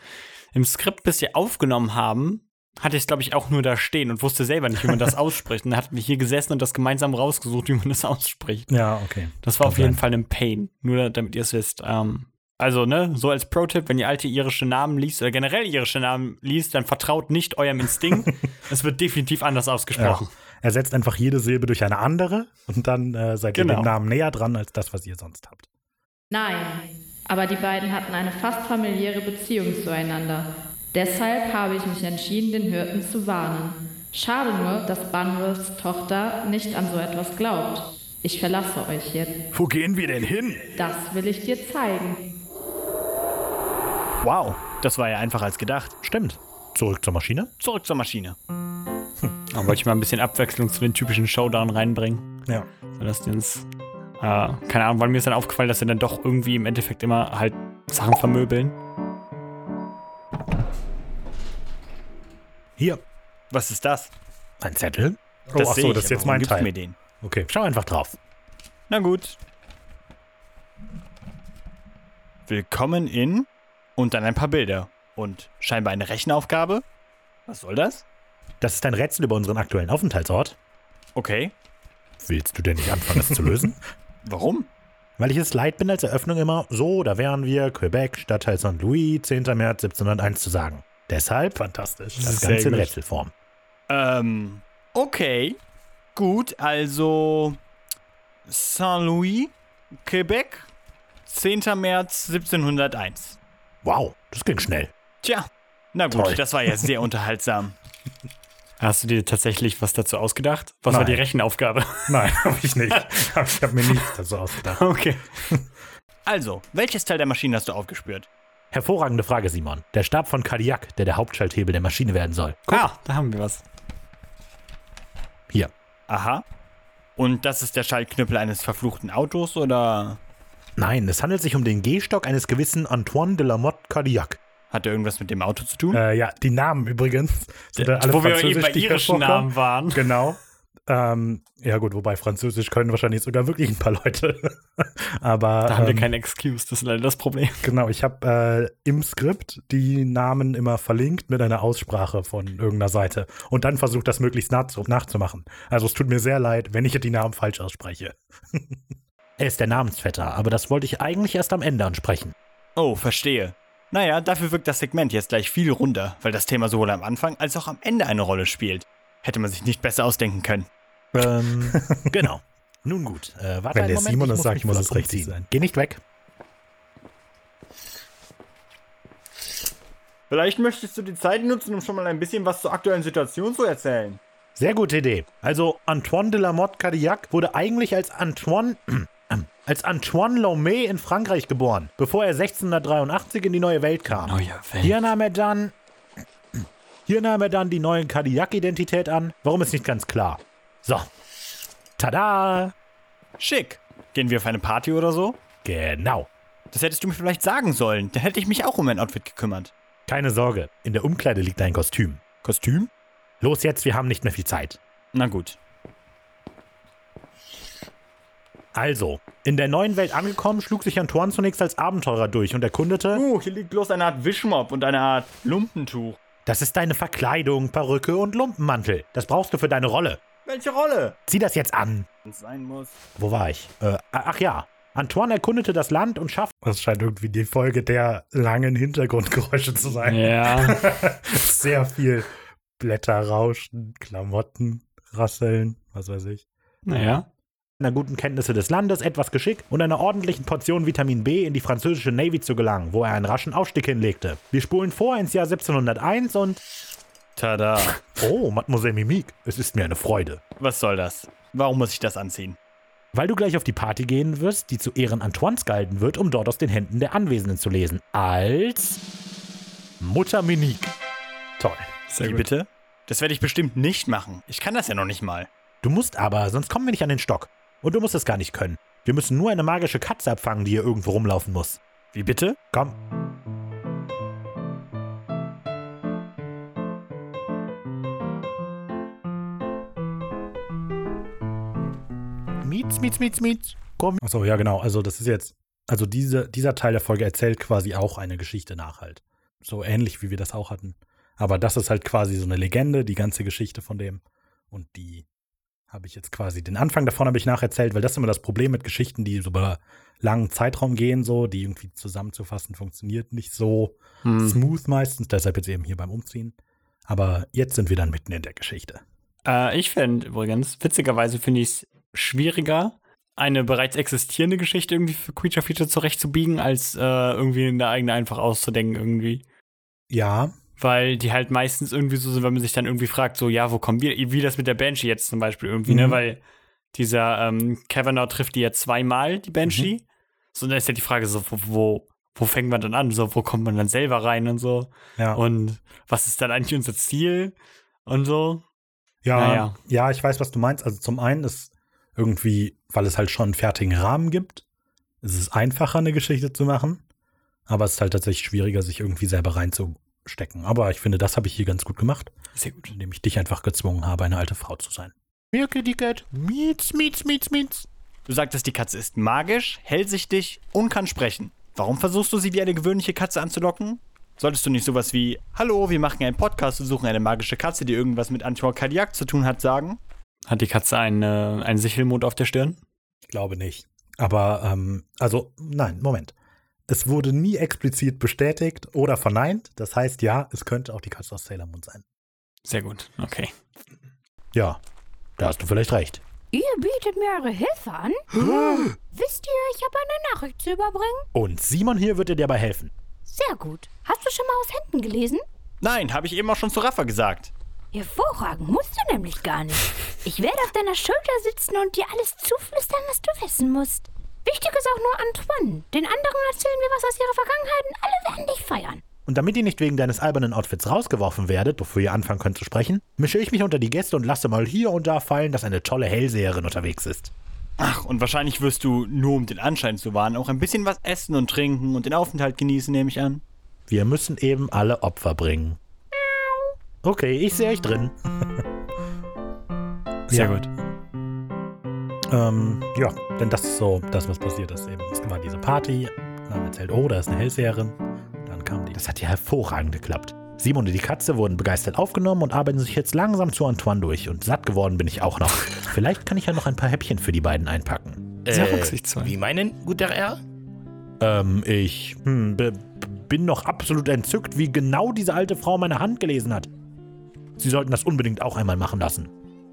Im Skript, bis wir aufgenommen haben, hatte ich es, glaube ich, auch nur da stehen und wusste selber nicht, wie man das ausspricht. Und dann hatten wir hier gesessen und das gemeinsam rausgesucht, wie man das ausspricht. Ja, okay. Das war Kann auf jeden sein. Fall ein Pain. Nur damit ihr es wisst. Ähm, also, ne, so als Pro-Tipp, wenn ihr alte irische Namen liest oder generell irische Namen liest, dann vertraut nicht eurem Instinkt. es wird definitiv anders ausgesprochen. Ersetzt einfach jede Silbe durch eine andere und dann äh, seid ihr Genau. dem Namen näher dran als das, was ihr sonst habt. Nein, aber die beiden hatten eine fast familiäre Beziehung zueinander. Deshalb habe ich mich entschieden, den Hirten zu warnen. Schade nur, dass Banwurs Tochter nicht an so etwas glaubt. Ich verlasse euch jetzt. Wo gehen wir denn hin? Das will ich dir zeigen. Wow, Das war ja einfacher als gedacht. Stimmt. Zurück zur Maschine. Zurück zur Maschine. Da wollte ich mal ein bisschen Abwechslung zu den typischen Showdown reinbringen. Ja. Sodass die uns. Äh, keine Ahnung, weil mir ist dann aufgefallen, dass sie dann doch irgendwie im Endeffekt immer halt Sachen vermöbeln. Hier, Was ist das? ein Zettel. Oh, ach sehe so, ich, das ist aber jetzt warum mein gibst du Teil. mir den? Okay. Schau einfach drauf. Na gut. Willkommen in und dann ein paar Bilder. Und scheinbar eine Rechenaufgabe. Was soll das? Das ist ein Rätsel über unseren aktuellen Aufenthaltsort. Okay. Willst du denn nicht anfangen, es zu lösen? Warum? Weil ich es leid bin, als Eröffnung immer so, da wären wir, Quebec, Stadtteil St. Louis, 10. März 1701 zu sagen. Deshalb Fantastisch. das Sehr Ganze in gut. Rätselform. Ähm, okay. Gut, also Saint-Louis, Quebec, 10. März 1701. Wow, das ging schnell. Tja, na gut, Toll. das war ja sehr unterhaltsam. Hast du dir tatsächlich was dazu ausgedacht? Was war Nein. die Rechenaufgabe? Nein, habe ich nicht. Ich habe hab mir nichts dazu ausgedacht. Okay. Also, welches Teil der Maschine hast du aufgespürt? Hervorragende Frage, Simon. Der Stab von Kadiak, der der Hauptschalthebel der Maschine werden soll. Ah, da haben wir was. Hier. Aha. Und das ist der Schaltknüppel eines verfluchten Autos oder Nein, es handelt sich um den Gehstock eines gewissen Antoine de la Motte Kadiak. hat er irgendwas mit dem Auto zu tun? Äh, ja, die Namen übrigens. Sind ja alle französisch, die hier vorkommen. waren. Genau. Ähm, ja gut, wobei Französisch können wahrscheinlich sogar wirklich ein paar Leute. Aber Da haben wir ähm, keine Excuse, das ist leider das Problem. genau, ich habe äh, im Skript die Namen immer verlinkt mit einer Aussprache von irgendeiner Seite und dann versucht das möglichst nach nachzumachen. Also es tut mir sehr leid, wenn ich die Namen falsch ausspreche. Er ist der Namensvetter, aber das wollte ich eigentlich erst am Ende ansprechen. Oh, verstehe. Naja, dafür wirkt das Segment jetzt gleich viel runder, weil das Thema sowohl am Anfang als auch am Ende eine Rolle spielt. Hätte man sich nicht besser ausdenken können. Ähm, genau. Nun gut, äh, warte Wenn einen der Moment, Simon ich das sagt, mich muss kurz es richtig umziehen. sein. Geh nicht weg. Vielleicht möchtest du die Zeit nutzen, um schon mal ein bisschen was zur aktuellen Situation zu erzählen. Sehr gute Idee. Also Antoine de la Motte Cadillac wurde eigentlich als Antoine als Antoine Lomé in Frankreich geboren, bevor er 1683 in die neue Welt kam. Neue Welt. Hier nahm er dann hier nahm er dann die neue Cadillac-Identität an. Warum ist nicht ganz klar. So. Tada! Schick. Gehen wir auf eine Party oder so? Genau. Das hättest du mir vielleicht sagen sollen. Dann hätte ich mich auch um mein Outfit gekümmert. Keine Sorge, in der Umkleide liegt ein Kostüm. Kostüm? Los jetzt, wir haben nicht mehr viel Zeit. Na gut. Also, in der neuen Welt angekommen, schlug sich Antoine zunächst als Abenteurer durch und erkundete, Uh, hier liegt bloß eine Art Wischmopp und eine Art Lumpentuch. Das ist deine Verkleidung, Perücke und Lumpenmantel. Das brauchst du für deine Rolle. Welche Rolle? Zieh das jetzt an. Wenn's sein muss. Wo war ich? Äh, ach ja. Antoine erkundete das Land und schaffte. Das scheint irgendwie die Folge der langen Hintergrundgeräusche zu sein. Ja. Sehr viel Blätterrauschen, Klamotten, Rasseln, was weiß ich. naja. einer guten Kenntnisse des Landes, etwas Geschick und einer ordentlichen Portion Vitamin B in die französische Navy zu gelangen, wo er einen raschen Aufstieg hinlegte. Wir spulen vor ins Jahr 1701 und... Tada. Oh, Mademoiselle Mimique, es ist mir eine Freude. Was soll das? Warum muss ich das anziehen? Weil du gleich auf die Party gehen wirst, die zu Ehren Antoines gehalten wird, um dort aus den Händen der Anwesenden zu lesen. Als... Mutter Minique. Toll. Wie bitte? Das werde ich bestimmt nicht machen. Ich kann das ja noch nicht mal. Du musst aber, sonst kommen wir nicht an den Stock. Und du musst es gar nicht können. Wir müssen nur eine magische Katze abfangen, die hier irgendwo rumlaufen muss. Wie bitte? Komm. Mietz, mietz, mietz, mietz. Komm. Achso, ja, genau. Also, das ist jetzt. Also, diese, dieser Teil der Folge erzählt quasi auch eine Geschichte nach halt. So ähnlich, wie wir das auch hatten. Aber das ist halt quasi so eine Legende, die ganze Geschichte von dem. Und die habe ich jetzt quasi. Den Anfang davon habe ich nacherzählt, weil das ist immer das Problem mit Geschichten, die so über langen Zeitraum gehen, so, die irgendwie zusammenzufassen, funktioniert nicht so Hm. smooth meistens. Deshalb jetzt eben hier beim Umziehen. Aber jetzt sind wir dann mitten in der Geschichte. Äh, ich fände übrigens, witzigerweise finde ich es schwieriger, eine bereits existierende Geschichte irgendwie für Creature Feature zurechtzubiegen, als äh, irgendwie eine eigene einfach auszudenken irgendwie. Ja, Weil die halt meistens irgendwie so sind, wenn man sich dann irgendwie fragt, so, ja, wo kommen wir? Wie das mit der Banshee jetzt zum Beispiel irgendwie, ne? Mhm. Weil Mhm. dieser ähm, Kavanaugh trifft die ja zweimal, die Banshee. So, dann ist ja die Frage so, wo, wo wo fängt man dann an? So, wo kommt man dann selber rein und so? Ja. Und was ist dann eigentlich unser Ziel? Und so. Ja, Naja. ja, ich weiß, was du meinst. Also zum einen ist irgendwie, weil es halt schon einen fertigen Rahmen gibt, ist es einfacher, eine Geschichte zu machen. Aber es ist halt tatsächlich schwieriger, sich irgendwie selber reinzustecken. Aber ich finde, das habe ich hier ganz gut gemacht, Sehr gut. indem ich dich einfach gezwungen habe, eine alte Frau zu sein. Mirke, die Cat. Mietz, mietz, mietz, mietz. Du sagtest, die Katze ist magisch, hellsichtig und kann sprechen. Warum versuchst du sie wie eine gewöhnliche Katze anzulocken? Solltest du nicht sowas wie, hallo, wir machen einen Podcast und suchen eine magische Katze, die irgendwas mit Antiorkardiak zu tun hat, sagen? Hat die Katze einen, äh, einen Sichelmond auf der Stirn? Ich glaube nicht. Aber, ähm, also, nein, Moment. Es wurde nie explizit bestätigt oder verneint. Das heißt, ja, es könnte auch die Katze aus Sailor Moon sein. Sehr gut, okay. Ja, da hast du vielleicht recht. Ihr bietet mir eure Hilfe an? Wisst ihr, ich habe eine Nachricht zu überbringen? Und Simon hier wird dir dabei helfen. Sehr gut. Hast du schon mal aus Händen gelesen? Nein, habe ich eben auch schon zu Rafa gesagt. Hervorragend, musst du nämlich gar nicht. Ich werde auf deiner Schulter sitzen und dir alles zuflüstern, was du wissen musst. Wichtig ist auch nur Antoine. Den anderen erzählen wir was aus ihrer Vergangenheit und alle werden dich feiern. Und damit ihr nicht wegen deines albernen Outfits rausgeworfen werdet, bevor ihr anfangen könnt zu sprechen, mische ich mich unter die Gäste und lasse mal hier und da fallen, dass eine tolle Hellseherin unterwegs ist. Ach, und wahrscheinlich wirst du, nur um den Anschein zu wahren, auch ein bisschen was essen und trinken und den Aufenthalt genießen, nehme ich an. Wir müssen eben alle Opfer bringen. Okay, ich sehe euch drin. Sehr Ja. gut. Ähm, ja, denn das ist so das, was passiert ist eben. Es war diese Party, dann haben wir erzählt, oh, da ist eine Hellseherin. Dann kam die. Das hat ja hervorragend geklappt. Simon und die Katze wurden begeistert aufgenommen und arbeiten sich jetzt langsam zu Antoine durch. Und satt geworden bin ich auch noch. Vielleicht kann ich ja noch ein paar Häppchen für die beiden einpacken. Sehr rücksichtsvoll. Wie meinen, guter Herr? Ähm, ich hm, b- b- bin noch absolut entzückt, wie genau diese alte Frau meine Hand gelesen hat. Sie sollten das unbedingt auch einmal machen lassen.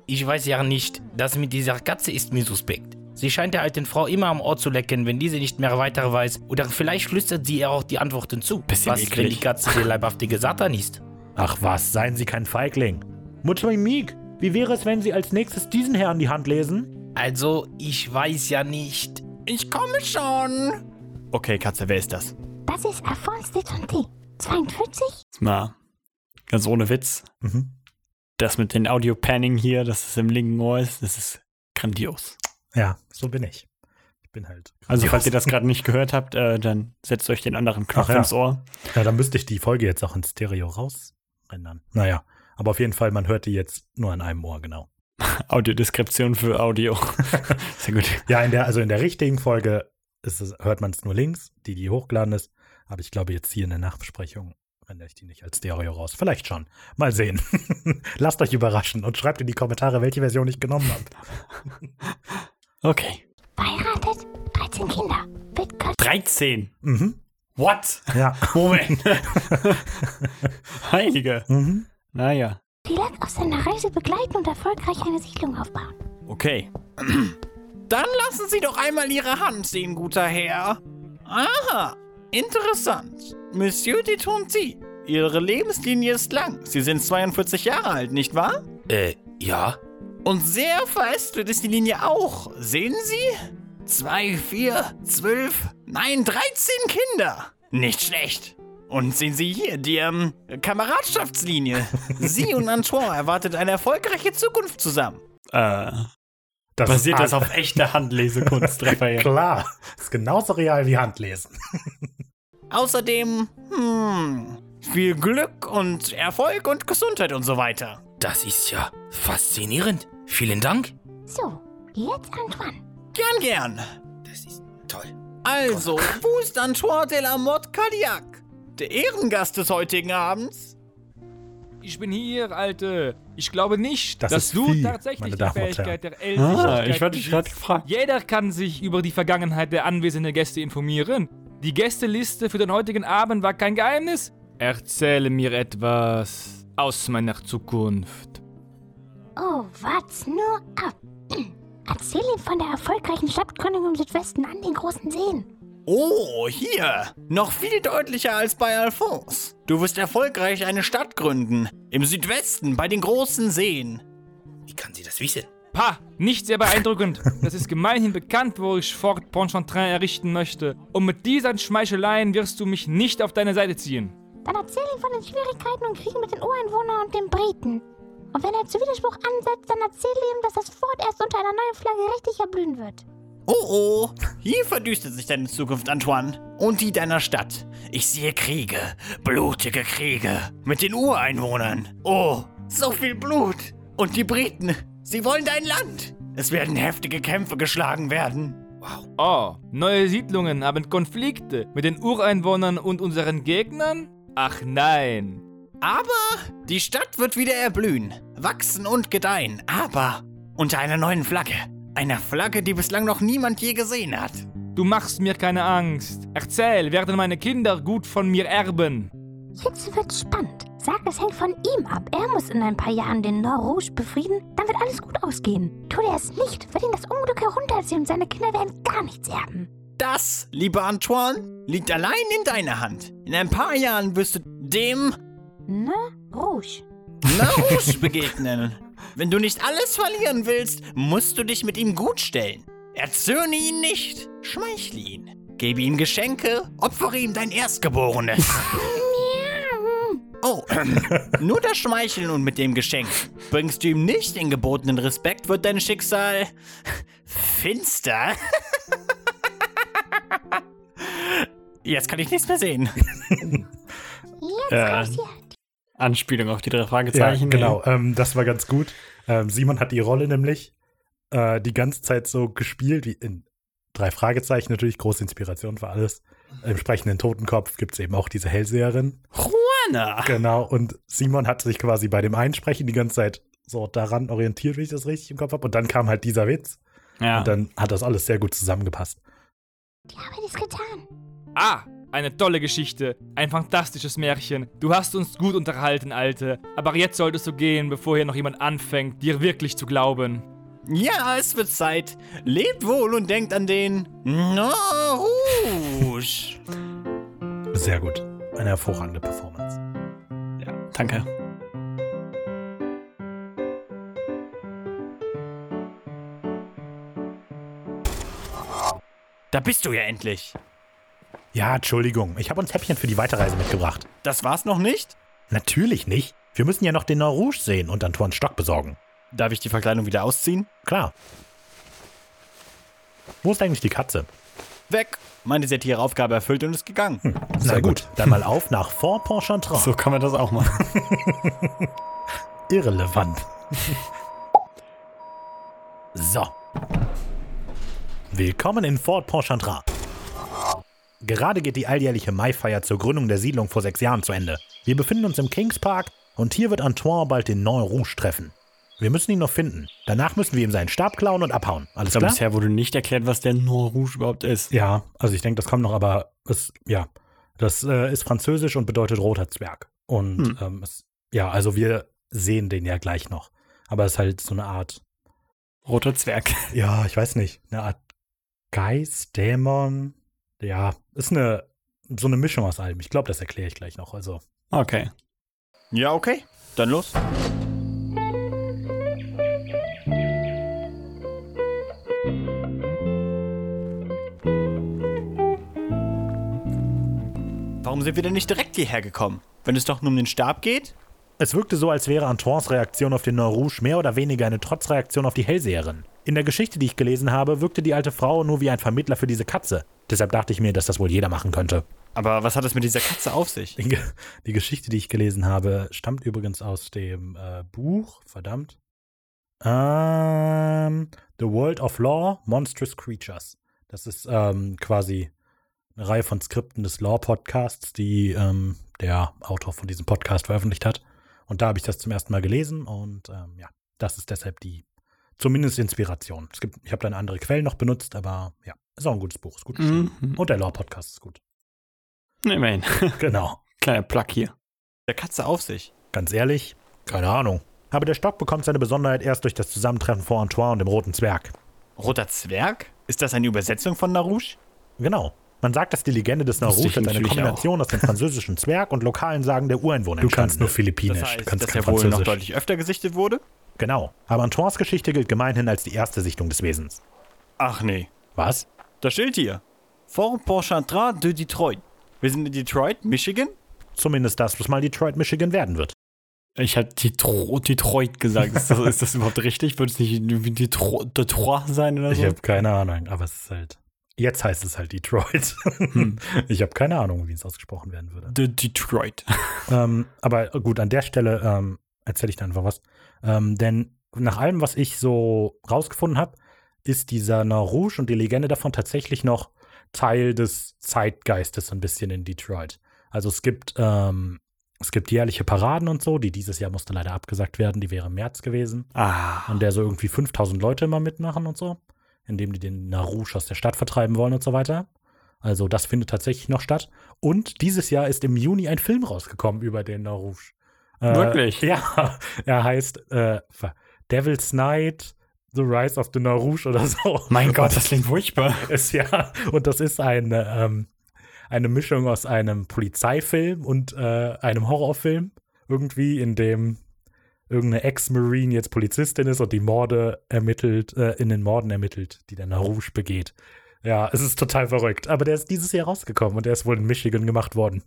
Ich weiß ja nicht, das mit dieser Katze ist mir suspekt. Sie scheint der alten Frau immer am Ohr zu lecken, wenn diese nicht mehr weiter weiß. Oder vielleicht flüstert sie ihr auch die Antworten zu. Bisschen Was, wenn eklig. die Katze der leibhaftige Satan ist? Ach was, seien Sie kein Feigling. Mutter Mimik, wie wäre es, wenn Sie als nächstes diesen Herrn die Hand lesen? Also, ich weiß ja nicht. Ich komme schon. Okay, Katze, wer ist das? Das ist Alphonse de Tonti. 42? Mal ganz ohne Witz. Mhm. Das mit den Audio-Panning hier, dass es im linken Ohr ist, das ist grandios. Ja, so bin ich. Ich bin halt. Also, falls ihr das gerade nicht gehört habt, äh, dann setzt euch den anderen Knopf Ach ja. ins Ohr. Ja, dann müsste ich die Folge jetzt auch in Stereo rausrendern. Naja, aber auf jeden Fall, man hört die jetzt nur an einem Ohr, genau. Audiodeskription für Audio. Sehr gut. Ja, in der, also in der richtigen Folge ist es, hört man es nur links, die, die hochgeladen ist. Aber ich glaube, jetzt hier in der Nachbesprechung rende ich die nicht als Stereo raus. Vielleicht schon. Mal sehen. Lasst euch überraschen und schreibt in die Kommentare, welche Version ich genommen habe. Okay. Verheiratet? 13 Kinder. Wittkatz. 13. Mhm. What? Ja. Moment. Heilige. Mhm. Naja. Die Land auf seiner Reise begleiten und erfolgreich eine Siedlung aufbauen. Okay. Dann lassen Sie doch einmal Ihre Hand sehen, guter Herr. Aha, interessant. Monsieur de Tonti, Ihre Lebenslinie ist lang. Sie sind 42 Jahre alt, nicht wahr? Äh, ja? Und sehr verästelt ist die Linie auch. Sehen Sie? Zwei, vier, zwölf, nein, 13 Kinder. Nicht schlecht. Und sehen Sie hier die ähm, Kameradschaftslinie. Sie und Antoine erwartet eine erfolgreiche Zukunft zusammen. Äh, Das also Basiert ist das auf echter Handlesekunst, Raphael? Klar. Ist genauso real wie Handlesen. Außerdem, hm, viel Glück und Erfolg und Gesundheit und so weiter. Das ist ja faszinierend. Vielen Dank. So, jetzt Antoine. Gern, gern. Das ist toll. Also, wo ist Antoine de la Motte Cadillac? Der Ehrengast des heutigen Abends? Ich bin hier, Alte. Ich glaube nicht, Das dass ist du viel, meine tatsächlich die Damen und Fähigkeit der Ah, Ellsichtigkeit ich hatte dich besitzt. gerade gefragt. Jeder kann sich über die Vergangenheit der anwesenden Gäste informieren. Die Gästeliste für den heutigen Abend war kein Geheimnis. Erzähle mir etwas aus meiner Zukunft. Oh, wart's nur ab. Erzähl ihm von der erfolgreichen Stadtgründung im Südwesten an den großen Seen. Oh, hier. Noch viel deutlicher als bei Alphonse. Du wirst erfolgreich eine Stadt gründen. Im Südwesten, bei den großen Seen. Wie kann sie das wissen? Pah, nicht sehr beeindruckend. Das ist gemeinhin bekannt, wo ich Fort Pontchartrain errichten möchte. Und mit diesen Schmeicheleien wirst du mich nicht auf deine Seite ziehen. Dann erzähl ihm von den Schwierigkeiten und Kriegen mit den Ureinwohnern und den Briten. Und wenn er zu Widerspruch ansetzt, dann erzähl ihm, dass das Fort erst unter einer neuen Flagge richtig erblühen wird. Oh oh, hier verdüstert sich deine Zukunft, Antoine. Und die deiner Stadt. Ich sehe Kriege, blutige Kriege. Mit den Ureinwohnern. Oh, so viel Blut. Und die Briten, sie wollen dein Land. Es werden heftige Kämpfe geschlagen werden. Oh, neue Siedlungen haben Konflikte mit den Ureinwohnern und unseren Gegnern? Ach nein. Aber die Stadt wird wieder erblühen, wachsen und gedeihen. Aber unter einer neuen Flagge. Einer Flagge, die bislang noch niemand je gesehen hat. Du machst mir keine Angst. Erzähl, werden meine Kinder gut von mir erben? Jetzt wird's spannend. Sag, es hängt von ihm ab. Er muss in ein paar Jahren den Nord Rouge befrieden, dann wird alles gut ausgehen. Tut er es nicht, wird ihn das Unglück herunterziehen und seine Kinder werden gar nichts erben. Das, lieber Antoine, liegt allein in deiner Hand. In ein paar Jahren wirst du dem Ne? Rouge. Narush begegnen. Wenn du nicht alles verlieren willst, musst du dich mit ihm gutstellen. Erzürne ihn nicht, schmeichle ihn. Gebe ihm Geschenke, opfere ihm dein Erstgeborenes. Oh, ähm, nur das Schmeicheln und mit dem Geschenk. Bringst du ihm nicht den gebotenen Respekt, wird dein Schicksal finster. Jetzt kann ich nichts mehr sehen. Jetzt Äh. kassiert. Anspielung auf die drei Ja, Fragezeichen. genau. Ähm, das war ganz gut. Ähm, Simon hat die Rolle nämlich äh, die ganze Zeit so gespielt, wie in drei Fragezeichen natürlich, große Inspiration für alles. Im sprechenden Totenkopf gibt es eben auch diese Hellseherin. Juana. Genau. Und Simon hat sich quasi bei dem Einsprechen die ganze Zeit so daran orientiert, wie ich das richtig im Kopf habe. Und dann kam halt dieser Witz. Ja. Und dann hat das alles sehr gut zusammengepasst. Die Arbeit ist getan. Ah, eine tolle Geschichte. Ein fantastisches Märchen. Du hast uns gut unterhalten, Alte. Aber jetzt solltest du gehen, bevor hier noch jemand anfängt, dir wirklich zu glauben. Ja, es wird Zeit. Lebt wohl und denkt an den Narush. Sehr gut. Eine hervorragende Performance. Ja, danke. Da bist du ja endlich. Ja, Entschuldigung. Ich habe uns Häppchen für die Weiterreise mitgebracht. Das war's noch nicht? Natürlich nicht. Wir müssen ja noch den Nord Rouge sehen und Antoine Stock besorgen. Darf ich die Verkleidung wieder ausziehen? Klar. Wo ist eigentlich die Katze? Weg! Meine sättiere Aufgabe erfüllt und ist gegangen. Na gut, dann mal auf nach Fort Pontchartrain. Hm, kann man das auch machen. Irrelevant. so. Willkommen in Fort Pontchartrain. Gerade geht die alljährliche Maifeier zur Gründung der Siedlung vor sechs Jahren zu Ende. Wir befinden uns im Kings Park und hier wird Antoine bald den Neuen Rouge treffen. Wir müssen ihn noch finden. Danach müssen wir ihm seinen Stab klauen und abhauen. Alles klar? Bisher wurde nicht erklärt, was der Nord Rouge überhaupt ist. Ja, also ich denke, das kommt noch, aber es, ja, das äh, ist französisch und bedeutet roter Zwerg. Und Hm. ähm, es, ja, also wir sehen den ja gleich noch. Aber es ist halt so eine Art, Roter Zwerg. ja, ich weiß nicht, eine Art Geist, Dämon. Ja, ist eine, so eine Mischung aus allem. Ich glaube, das erkläre ich gleich noch. Also, Okay. Ja, okay. Dann los. Warum sind wir denn nicht direkt hierher gekommen? Wenn es doch nur um den Stab geht? Es wirkte so, als wäre Antoines Reaktion auf den Neurouge mehr oder weniger eine Trotzreaktion auf die Hellseherin. In der Geschichte, die ich gelesen habe, wirkte die alte Frau nur wie ein Vermittler für diese Katze. Deshalb dachte ich mir, dass das wohl jeder machen könnte. Aber was hat es mit dieser Katze auf sich? Die, Ge- die Geschichte, die ich gelesen habe, stammt übrigens aus dem äh, Buch, verdammt. Ähm, The World of Law, Monstrous Creatures. Das ist ähm, quasi eine Reihe von Skripten des Law-Podcasts, die ähm, der Autor von diesem Podcast veröffentlicht hat. Und da habe ich das zum ersten Mal gelesen und ähm, ja, das ist deshalb die zumindest Inspiration. Es gibt, ich habe dann andere Quellen noch benutzt, aber ja, ist auch ein gutes Buch, ist gut geschrieben. Und der Law-Podcast ist gut. Immerhin. Genau. Kleiner Plug hier. Der Katze auf sich. Ganz ehrlich, keine Ahnung. Aber der Stock bekommt seine Besonderheit erst durch das Zusammentreffen vor Antoine und dem Roten Zwerg. Roter Zwerg? Ist das eine Übersetzung von Narouche? Genau. Man sagt, dass die Legende des Wusste ich Naruto eine natürlich Kombination aus dem französischen Zwerg und lokalen Sagen der Ureinwohner Du kannst entstanden nur ist. Philippinisch, Das du heißt, kannst dass kein er wohl noch Französisch. deutlich öfter gesichtet wurde? Genau. Aber Antoines Geschichte gilt gemeinhin als die erste Sichtung des Wesens. Ach nee. Was? Da steht hier. Fort Pontchartrain de Detroit. Wir sind in Detroit, Michigan? Zumindest das, was mal Detroit, Michigan werden wird. Ich hatte Detro Detroit gesagt. Ist das, ist das überhaupt richtig? Würde es nicht irgendwie Detro Detroit sein oder so? Ich Ja. habe keine Ahnung, aber es ist halt. Jetzt heißt es halt Detroit. Hm. ich habe keine Ahnung, wie es ausgesprochen werden würde. De Detroit. Ähm, aber gut, an der Stelle ähm, erzähle ich dann einfach was. Ähm, denn nach allem, was ich so rausgefunden habe, ist dieser Narouche und die Legende davon tatsächlich noch Teil des Zeitgeistes so ein bisschen in Detroit. Also es gibt, ähm, es gibt jährliche Paraden und so, die dieses Jahr musste leider abgesagt werden, die wäre im März gewesen Ah. an der so irgendwie 5000 Leute immer mitmachen und so, indem die den Narouche aus der Stadt vertreiben wollen und so weiter. Also das findet tatsächlich noch statt. Und dieses Jahr ist im Juni ein Film rausgekommen über den Narouche. Äh, Wirklich? Ja, er heißt äh, Devil's Night, The Rise of the Narouche oder so. Mein Gott, das klingt furchtbar. Ist ja, und das ist eine, ähm, eine Mischung aus einem Polizeifilm und äh, einem Horrorfilm. Irgendwie, in dem irgendeine Ex-Marine jetzt Polizistin ist und die Morde ermittelt, äh, in den Morden ermittelt, die der Narouche begeht. Ja, es ist total verrückt. Aber der ist dieses Jahr rausgekommen und der ist wohl in Michigan gemacht worden.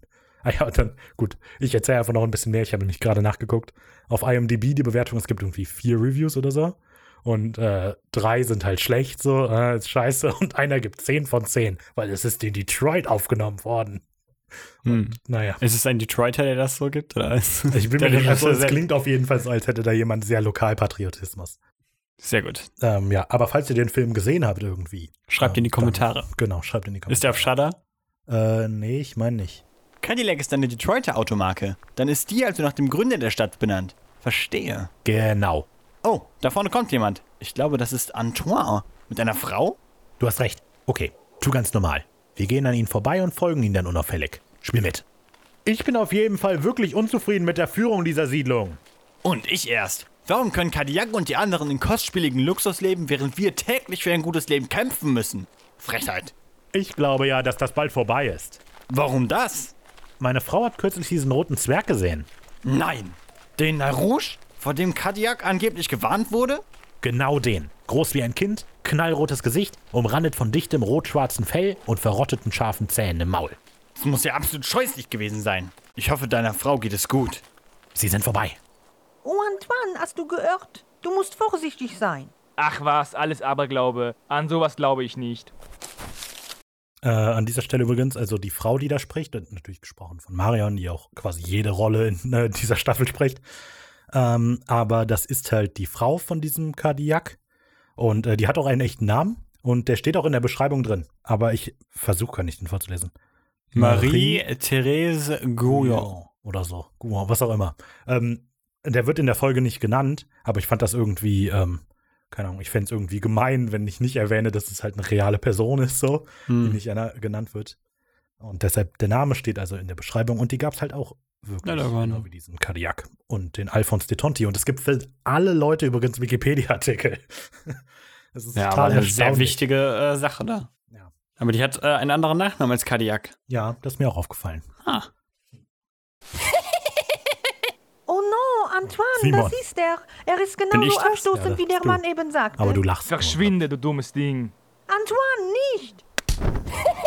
Ah ja, und dann, gut, ich erzähle einfach noch ein bisschen mehr. Ich habe nämlich gerade nachgeguckt. Auf IMDb die Bewertung, es gibt irgendwie vier Reviews oder so. Und äh, drei sind halt schlecht, so, äh, ist scheiße. Und einer gibt zehn von zehn, weil es ist in Detroit aufgenommen worden. Hm. Naja. Ist es ein Detroiter, der das so gibt? Oder ist Ich bin der mir nicht, also, Regisseur es selbst? klingt auf jeden Fall so, als hätte da jemand sehr Lokalpatriotismus. Sehr gut. Ähm, ja, aber falls ihr den Film gesehen habt irgendwie, Schreibt in die Ähm, dann- Kommentare. genau, schreibt in die Kommentare. Ist der auf Shudder? äh, nee, ich meine nicht. Cadillac ist eine Detroiter Automarke. Dann ist die also nach dem Gründer der Stadt benannt. Verstehe. Genau. Oh, da vorne kommt jemand. Ich glaube, das ist Antoine. Mit einer Frau? Du hast recht. Okay, tu ganz normal. Wir gehen an ihnen vorbei und folgen ihnen dann unauffällig. Spiel mit. Ich bin auf jeden Fall wirklich unzufrieden mit der Führung dieser Siedlung. Und ich erst. Warum können Cadillac und die anderen in kostspieligen Luxus leben, während wir täglich für ein gutes Leben kämpfen müssen? Frechheit. Ich glaube ja, dass das bald vorbei ist. Warum das? Meine Frau hat kürzlich diesen roten Zwerg gesehen. Nein. Den Narouche, vor dem Cadillac angeblich gewarnt wurde? Genau den. Groß wie ein Kind, knallrotes Gesicht, umrandet von dichtem rot-schwarzen Fell und verrotteten scharfen Zähnen im Maul. Das muss ja absolut scheußlich gewesen sein. Ich hoffe, deiner Frau geht es gut. Sie sind vorbei. Oh, Antoine, hast du geirrt? Du musst vorsichtig sein. Ach was, alles Aberglaube. An sowas glaube ich nicht. Äh, an dieser Stelle übrigens, also die Frau, die da spricht, und natürlich gesprochen von Marion, die auch quasi jede Rolle in äh, dieser Staffel spricht. Ähm, aber das ist halt die Frau von diesem Kardiak. Und äh, die hat auch einen echten Namen. Und der steht auch in der Beschreibung drin. Aber ich versuche gar nicht, den vorzulesen. Marie-Therese Gouillon. Guyon oder so. Guyon, was auch immer. Ähm, der wird in der Folge nicht genannt, aber ich fand das irgendwie, ähm, keine Ahnung, ich fände es irgendwie gemein, wenn ich nicht erwähne, dass es halt eine reale Person ist, so, Hm. die nicht einer- genannt wird. Und deshalb, der Name steht also in der Beschreibung und die gab es halt auch wirklich, Ja, da waren- genau wie diesen Kadiak und den Alphonse de Tonti. Und es gibt für alle Leute übrigens Wikipedia-Artikel. Das ist Ja, aber total eine sehr erstaunlich. wichtige äh, Sache da. Ja. Aber die hat äh, einen anderen Nachnamen als Kadiak. Ja, das ist mir auch aufgefallen. Oh no, Antoine, Simon. das ist er. Er ist ich genauso das? abstoßend, Ja, das wie der bist du. Mann eben sagte. Aber du lachst. nur. Verschwinde, du dummes Ding. Antoine, nicht!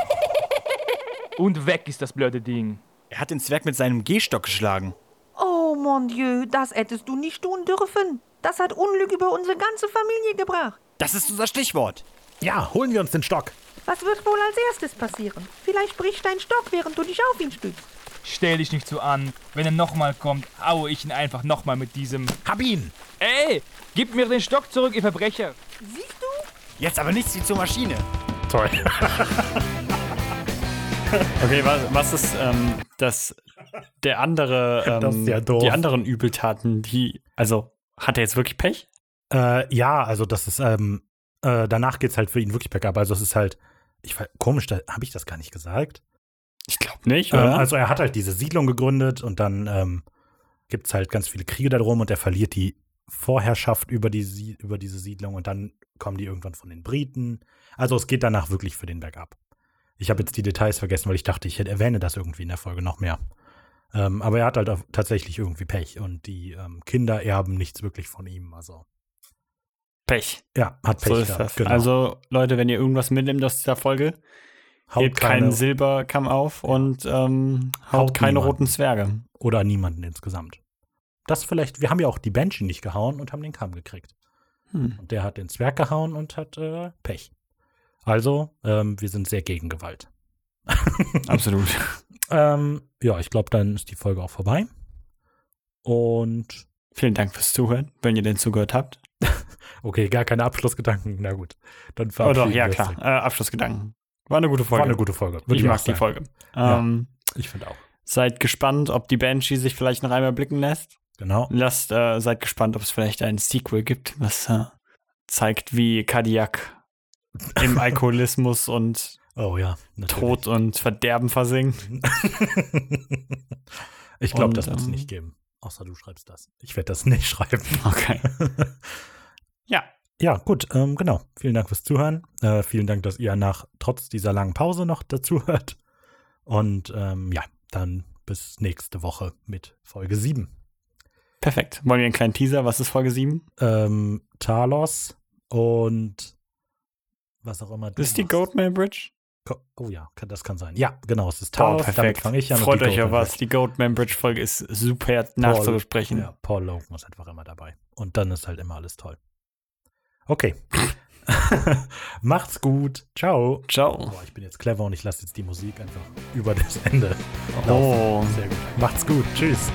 Und weg ist das blöde Ding. Er hat den Zwerg mit seinem Gehstock geschlagen. Oh mon Dieu, das hättest du nicht tun dürfen. Das hat Unglück über unsere ganze Familie gebracht. Das ist unser Stichwort. Ja, holen wir uns den Stock. Was wird wohl als erstes passieren? Vielleicht bricht dein Stock, während du dich auf ihn stützt. Stell dich nicht so an. Wenn er nochmal kommt, haue ich ihn einfach nochmal mit diesem. Hab ihn! Ey, gib mir den Stock zurück, ihr Verbrecher. Siehst du? Jetzt aber nichts wie zur Maschine. Toll. Okay, was, was ist ähm, das, der andere, ähm, Das ist ja doof. die anderen Übeltaten, die, also hat er jetzt wirklich Pech? Äh, ja, also das ist, ähm, äh, danach geht's halt für ihn wirklich bergab. Also es ist halt, ich weiß, komisch, da habe ich das gar nicht gesagt. Ich glaube nicht, Ähm, oder? also er hat halt diese Siedlung gegründet und dann ähm, gibt's halt ganz viele Kriege darum und er verliert die Vorherrschaft über, die, Sie- über diese Siedlung und dann kommen die irgendwann von den Briten. Also es geht danach wirklich für den bergab. Ich habe jetzt die Details vergessen, weil ich dachte, ich hätte erwähne das irgendwie in der Folge noch mehr. Ähm, aber er hat halt auch tatsächlich irgendwie Pech und die ähm, Kinder erben nichts wirklich von ihm. Also, Pech. ja, hat Pech so ist gehabt, das. genau. Also, Leute, wenn ihr irgendwas mitnimmt aus dieser Folge, Haut hebt keinen Silberkamm auf und ähm, haut, Haut keine niemanden. roten Zwerge. oder niemanden insgesamt. Das vielleicht, wir haben ja auch die Banshee nicht gehauen und haben den Kamm gekriegt. Hm. Und der hat den Zwerg gehauen und hat äh, Pech. Also, ähm, wir sind sehr gegen Gewalt. Absolut. Ähm, ja, ich glaube, dann ist die Folge auch vorbei. Und, Vielen Dank fürs Zuhören, wenn ihr denn zugehört habt. okay, gar keine Abschlussgedanken. Na gut, dann Oh doch, verabschieden ja wir uns klar. direkt. Äh, Abschlussgedanken. War eine gute War Folge. eine gute Folge. würde ich auch mag die sagen. Folge. Ja. Ähm, Ich finde auch. Seid gespannt, ob die Banshee sich vielleicht noch einmal blicken lässt. Genau. Lasst, äh, seid gespannt, ob es vielleicht ein Sequel gibt, was äh, zeigt, wie Kadiak im Alkoholismus und Oh ja. natürlich. Tod und Verderben versinkt. ich glaube, Und, das wird es ähm, nicht geben. Außer du schreibst das. Ich werde das nicht schreiben. Okay. Ja. Ja, gut, ähm, genau. Vielen Dank fürs Zuhören. Äh, vielen Dank, dass ihr nach trotz dieser langen Pause noch dazu hört. Und ähm, ja, dann bis nächste Woche mit Folge 7. Perfekt. Wollen wir einen kleinen Teaser? Was ist Folge 7? Ähm, Talos und was auch immer. du Das ist die machst. Goatman Bridge? Ko- Oh ja, kann, das kann sein. Ja, genau, es ist Talos. Damit fange ich an. und Oh, Freut die euch auf Goldman was. Die Goatman Bridge Folge ist super Paul- nachzubesprechen. Ja, Paul Logan ist einfach immer dabei. Und dann ist halt immer alles toll. Okay. Macht's gut. Ciao. Ciao. Boah, ich bin jetzt clever und ich lasse jetzt die Musik einfach über das Ende. Oh. Sehr gut. Macht's gut. Tschüss.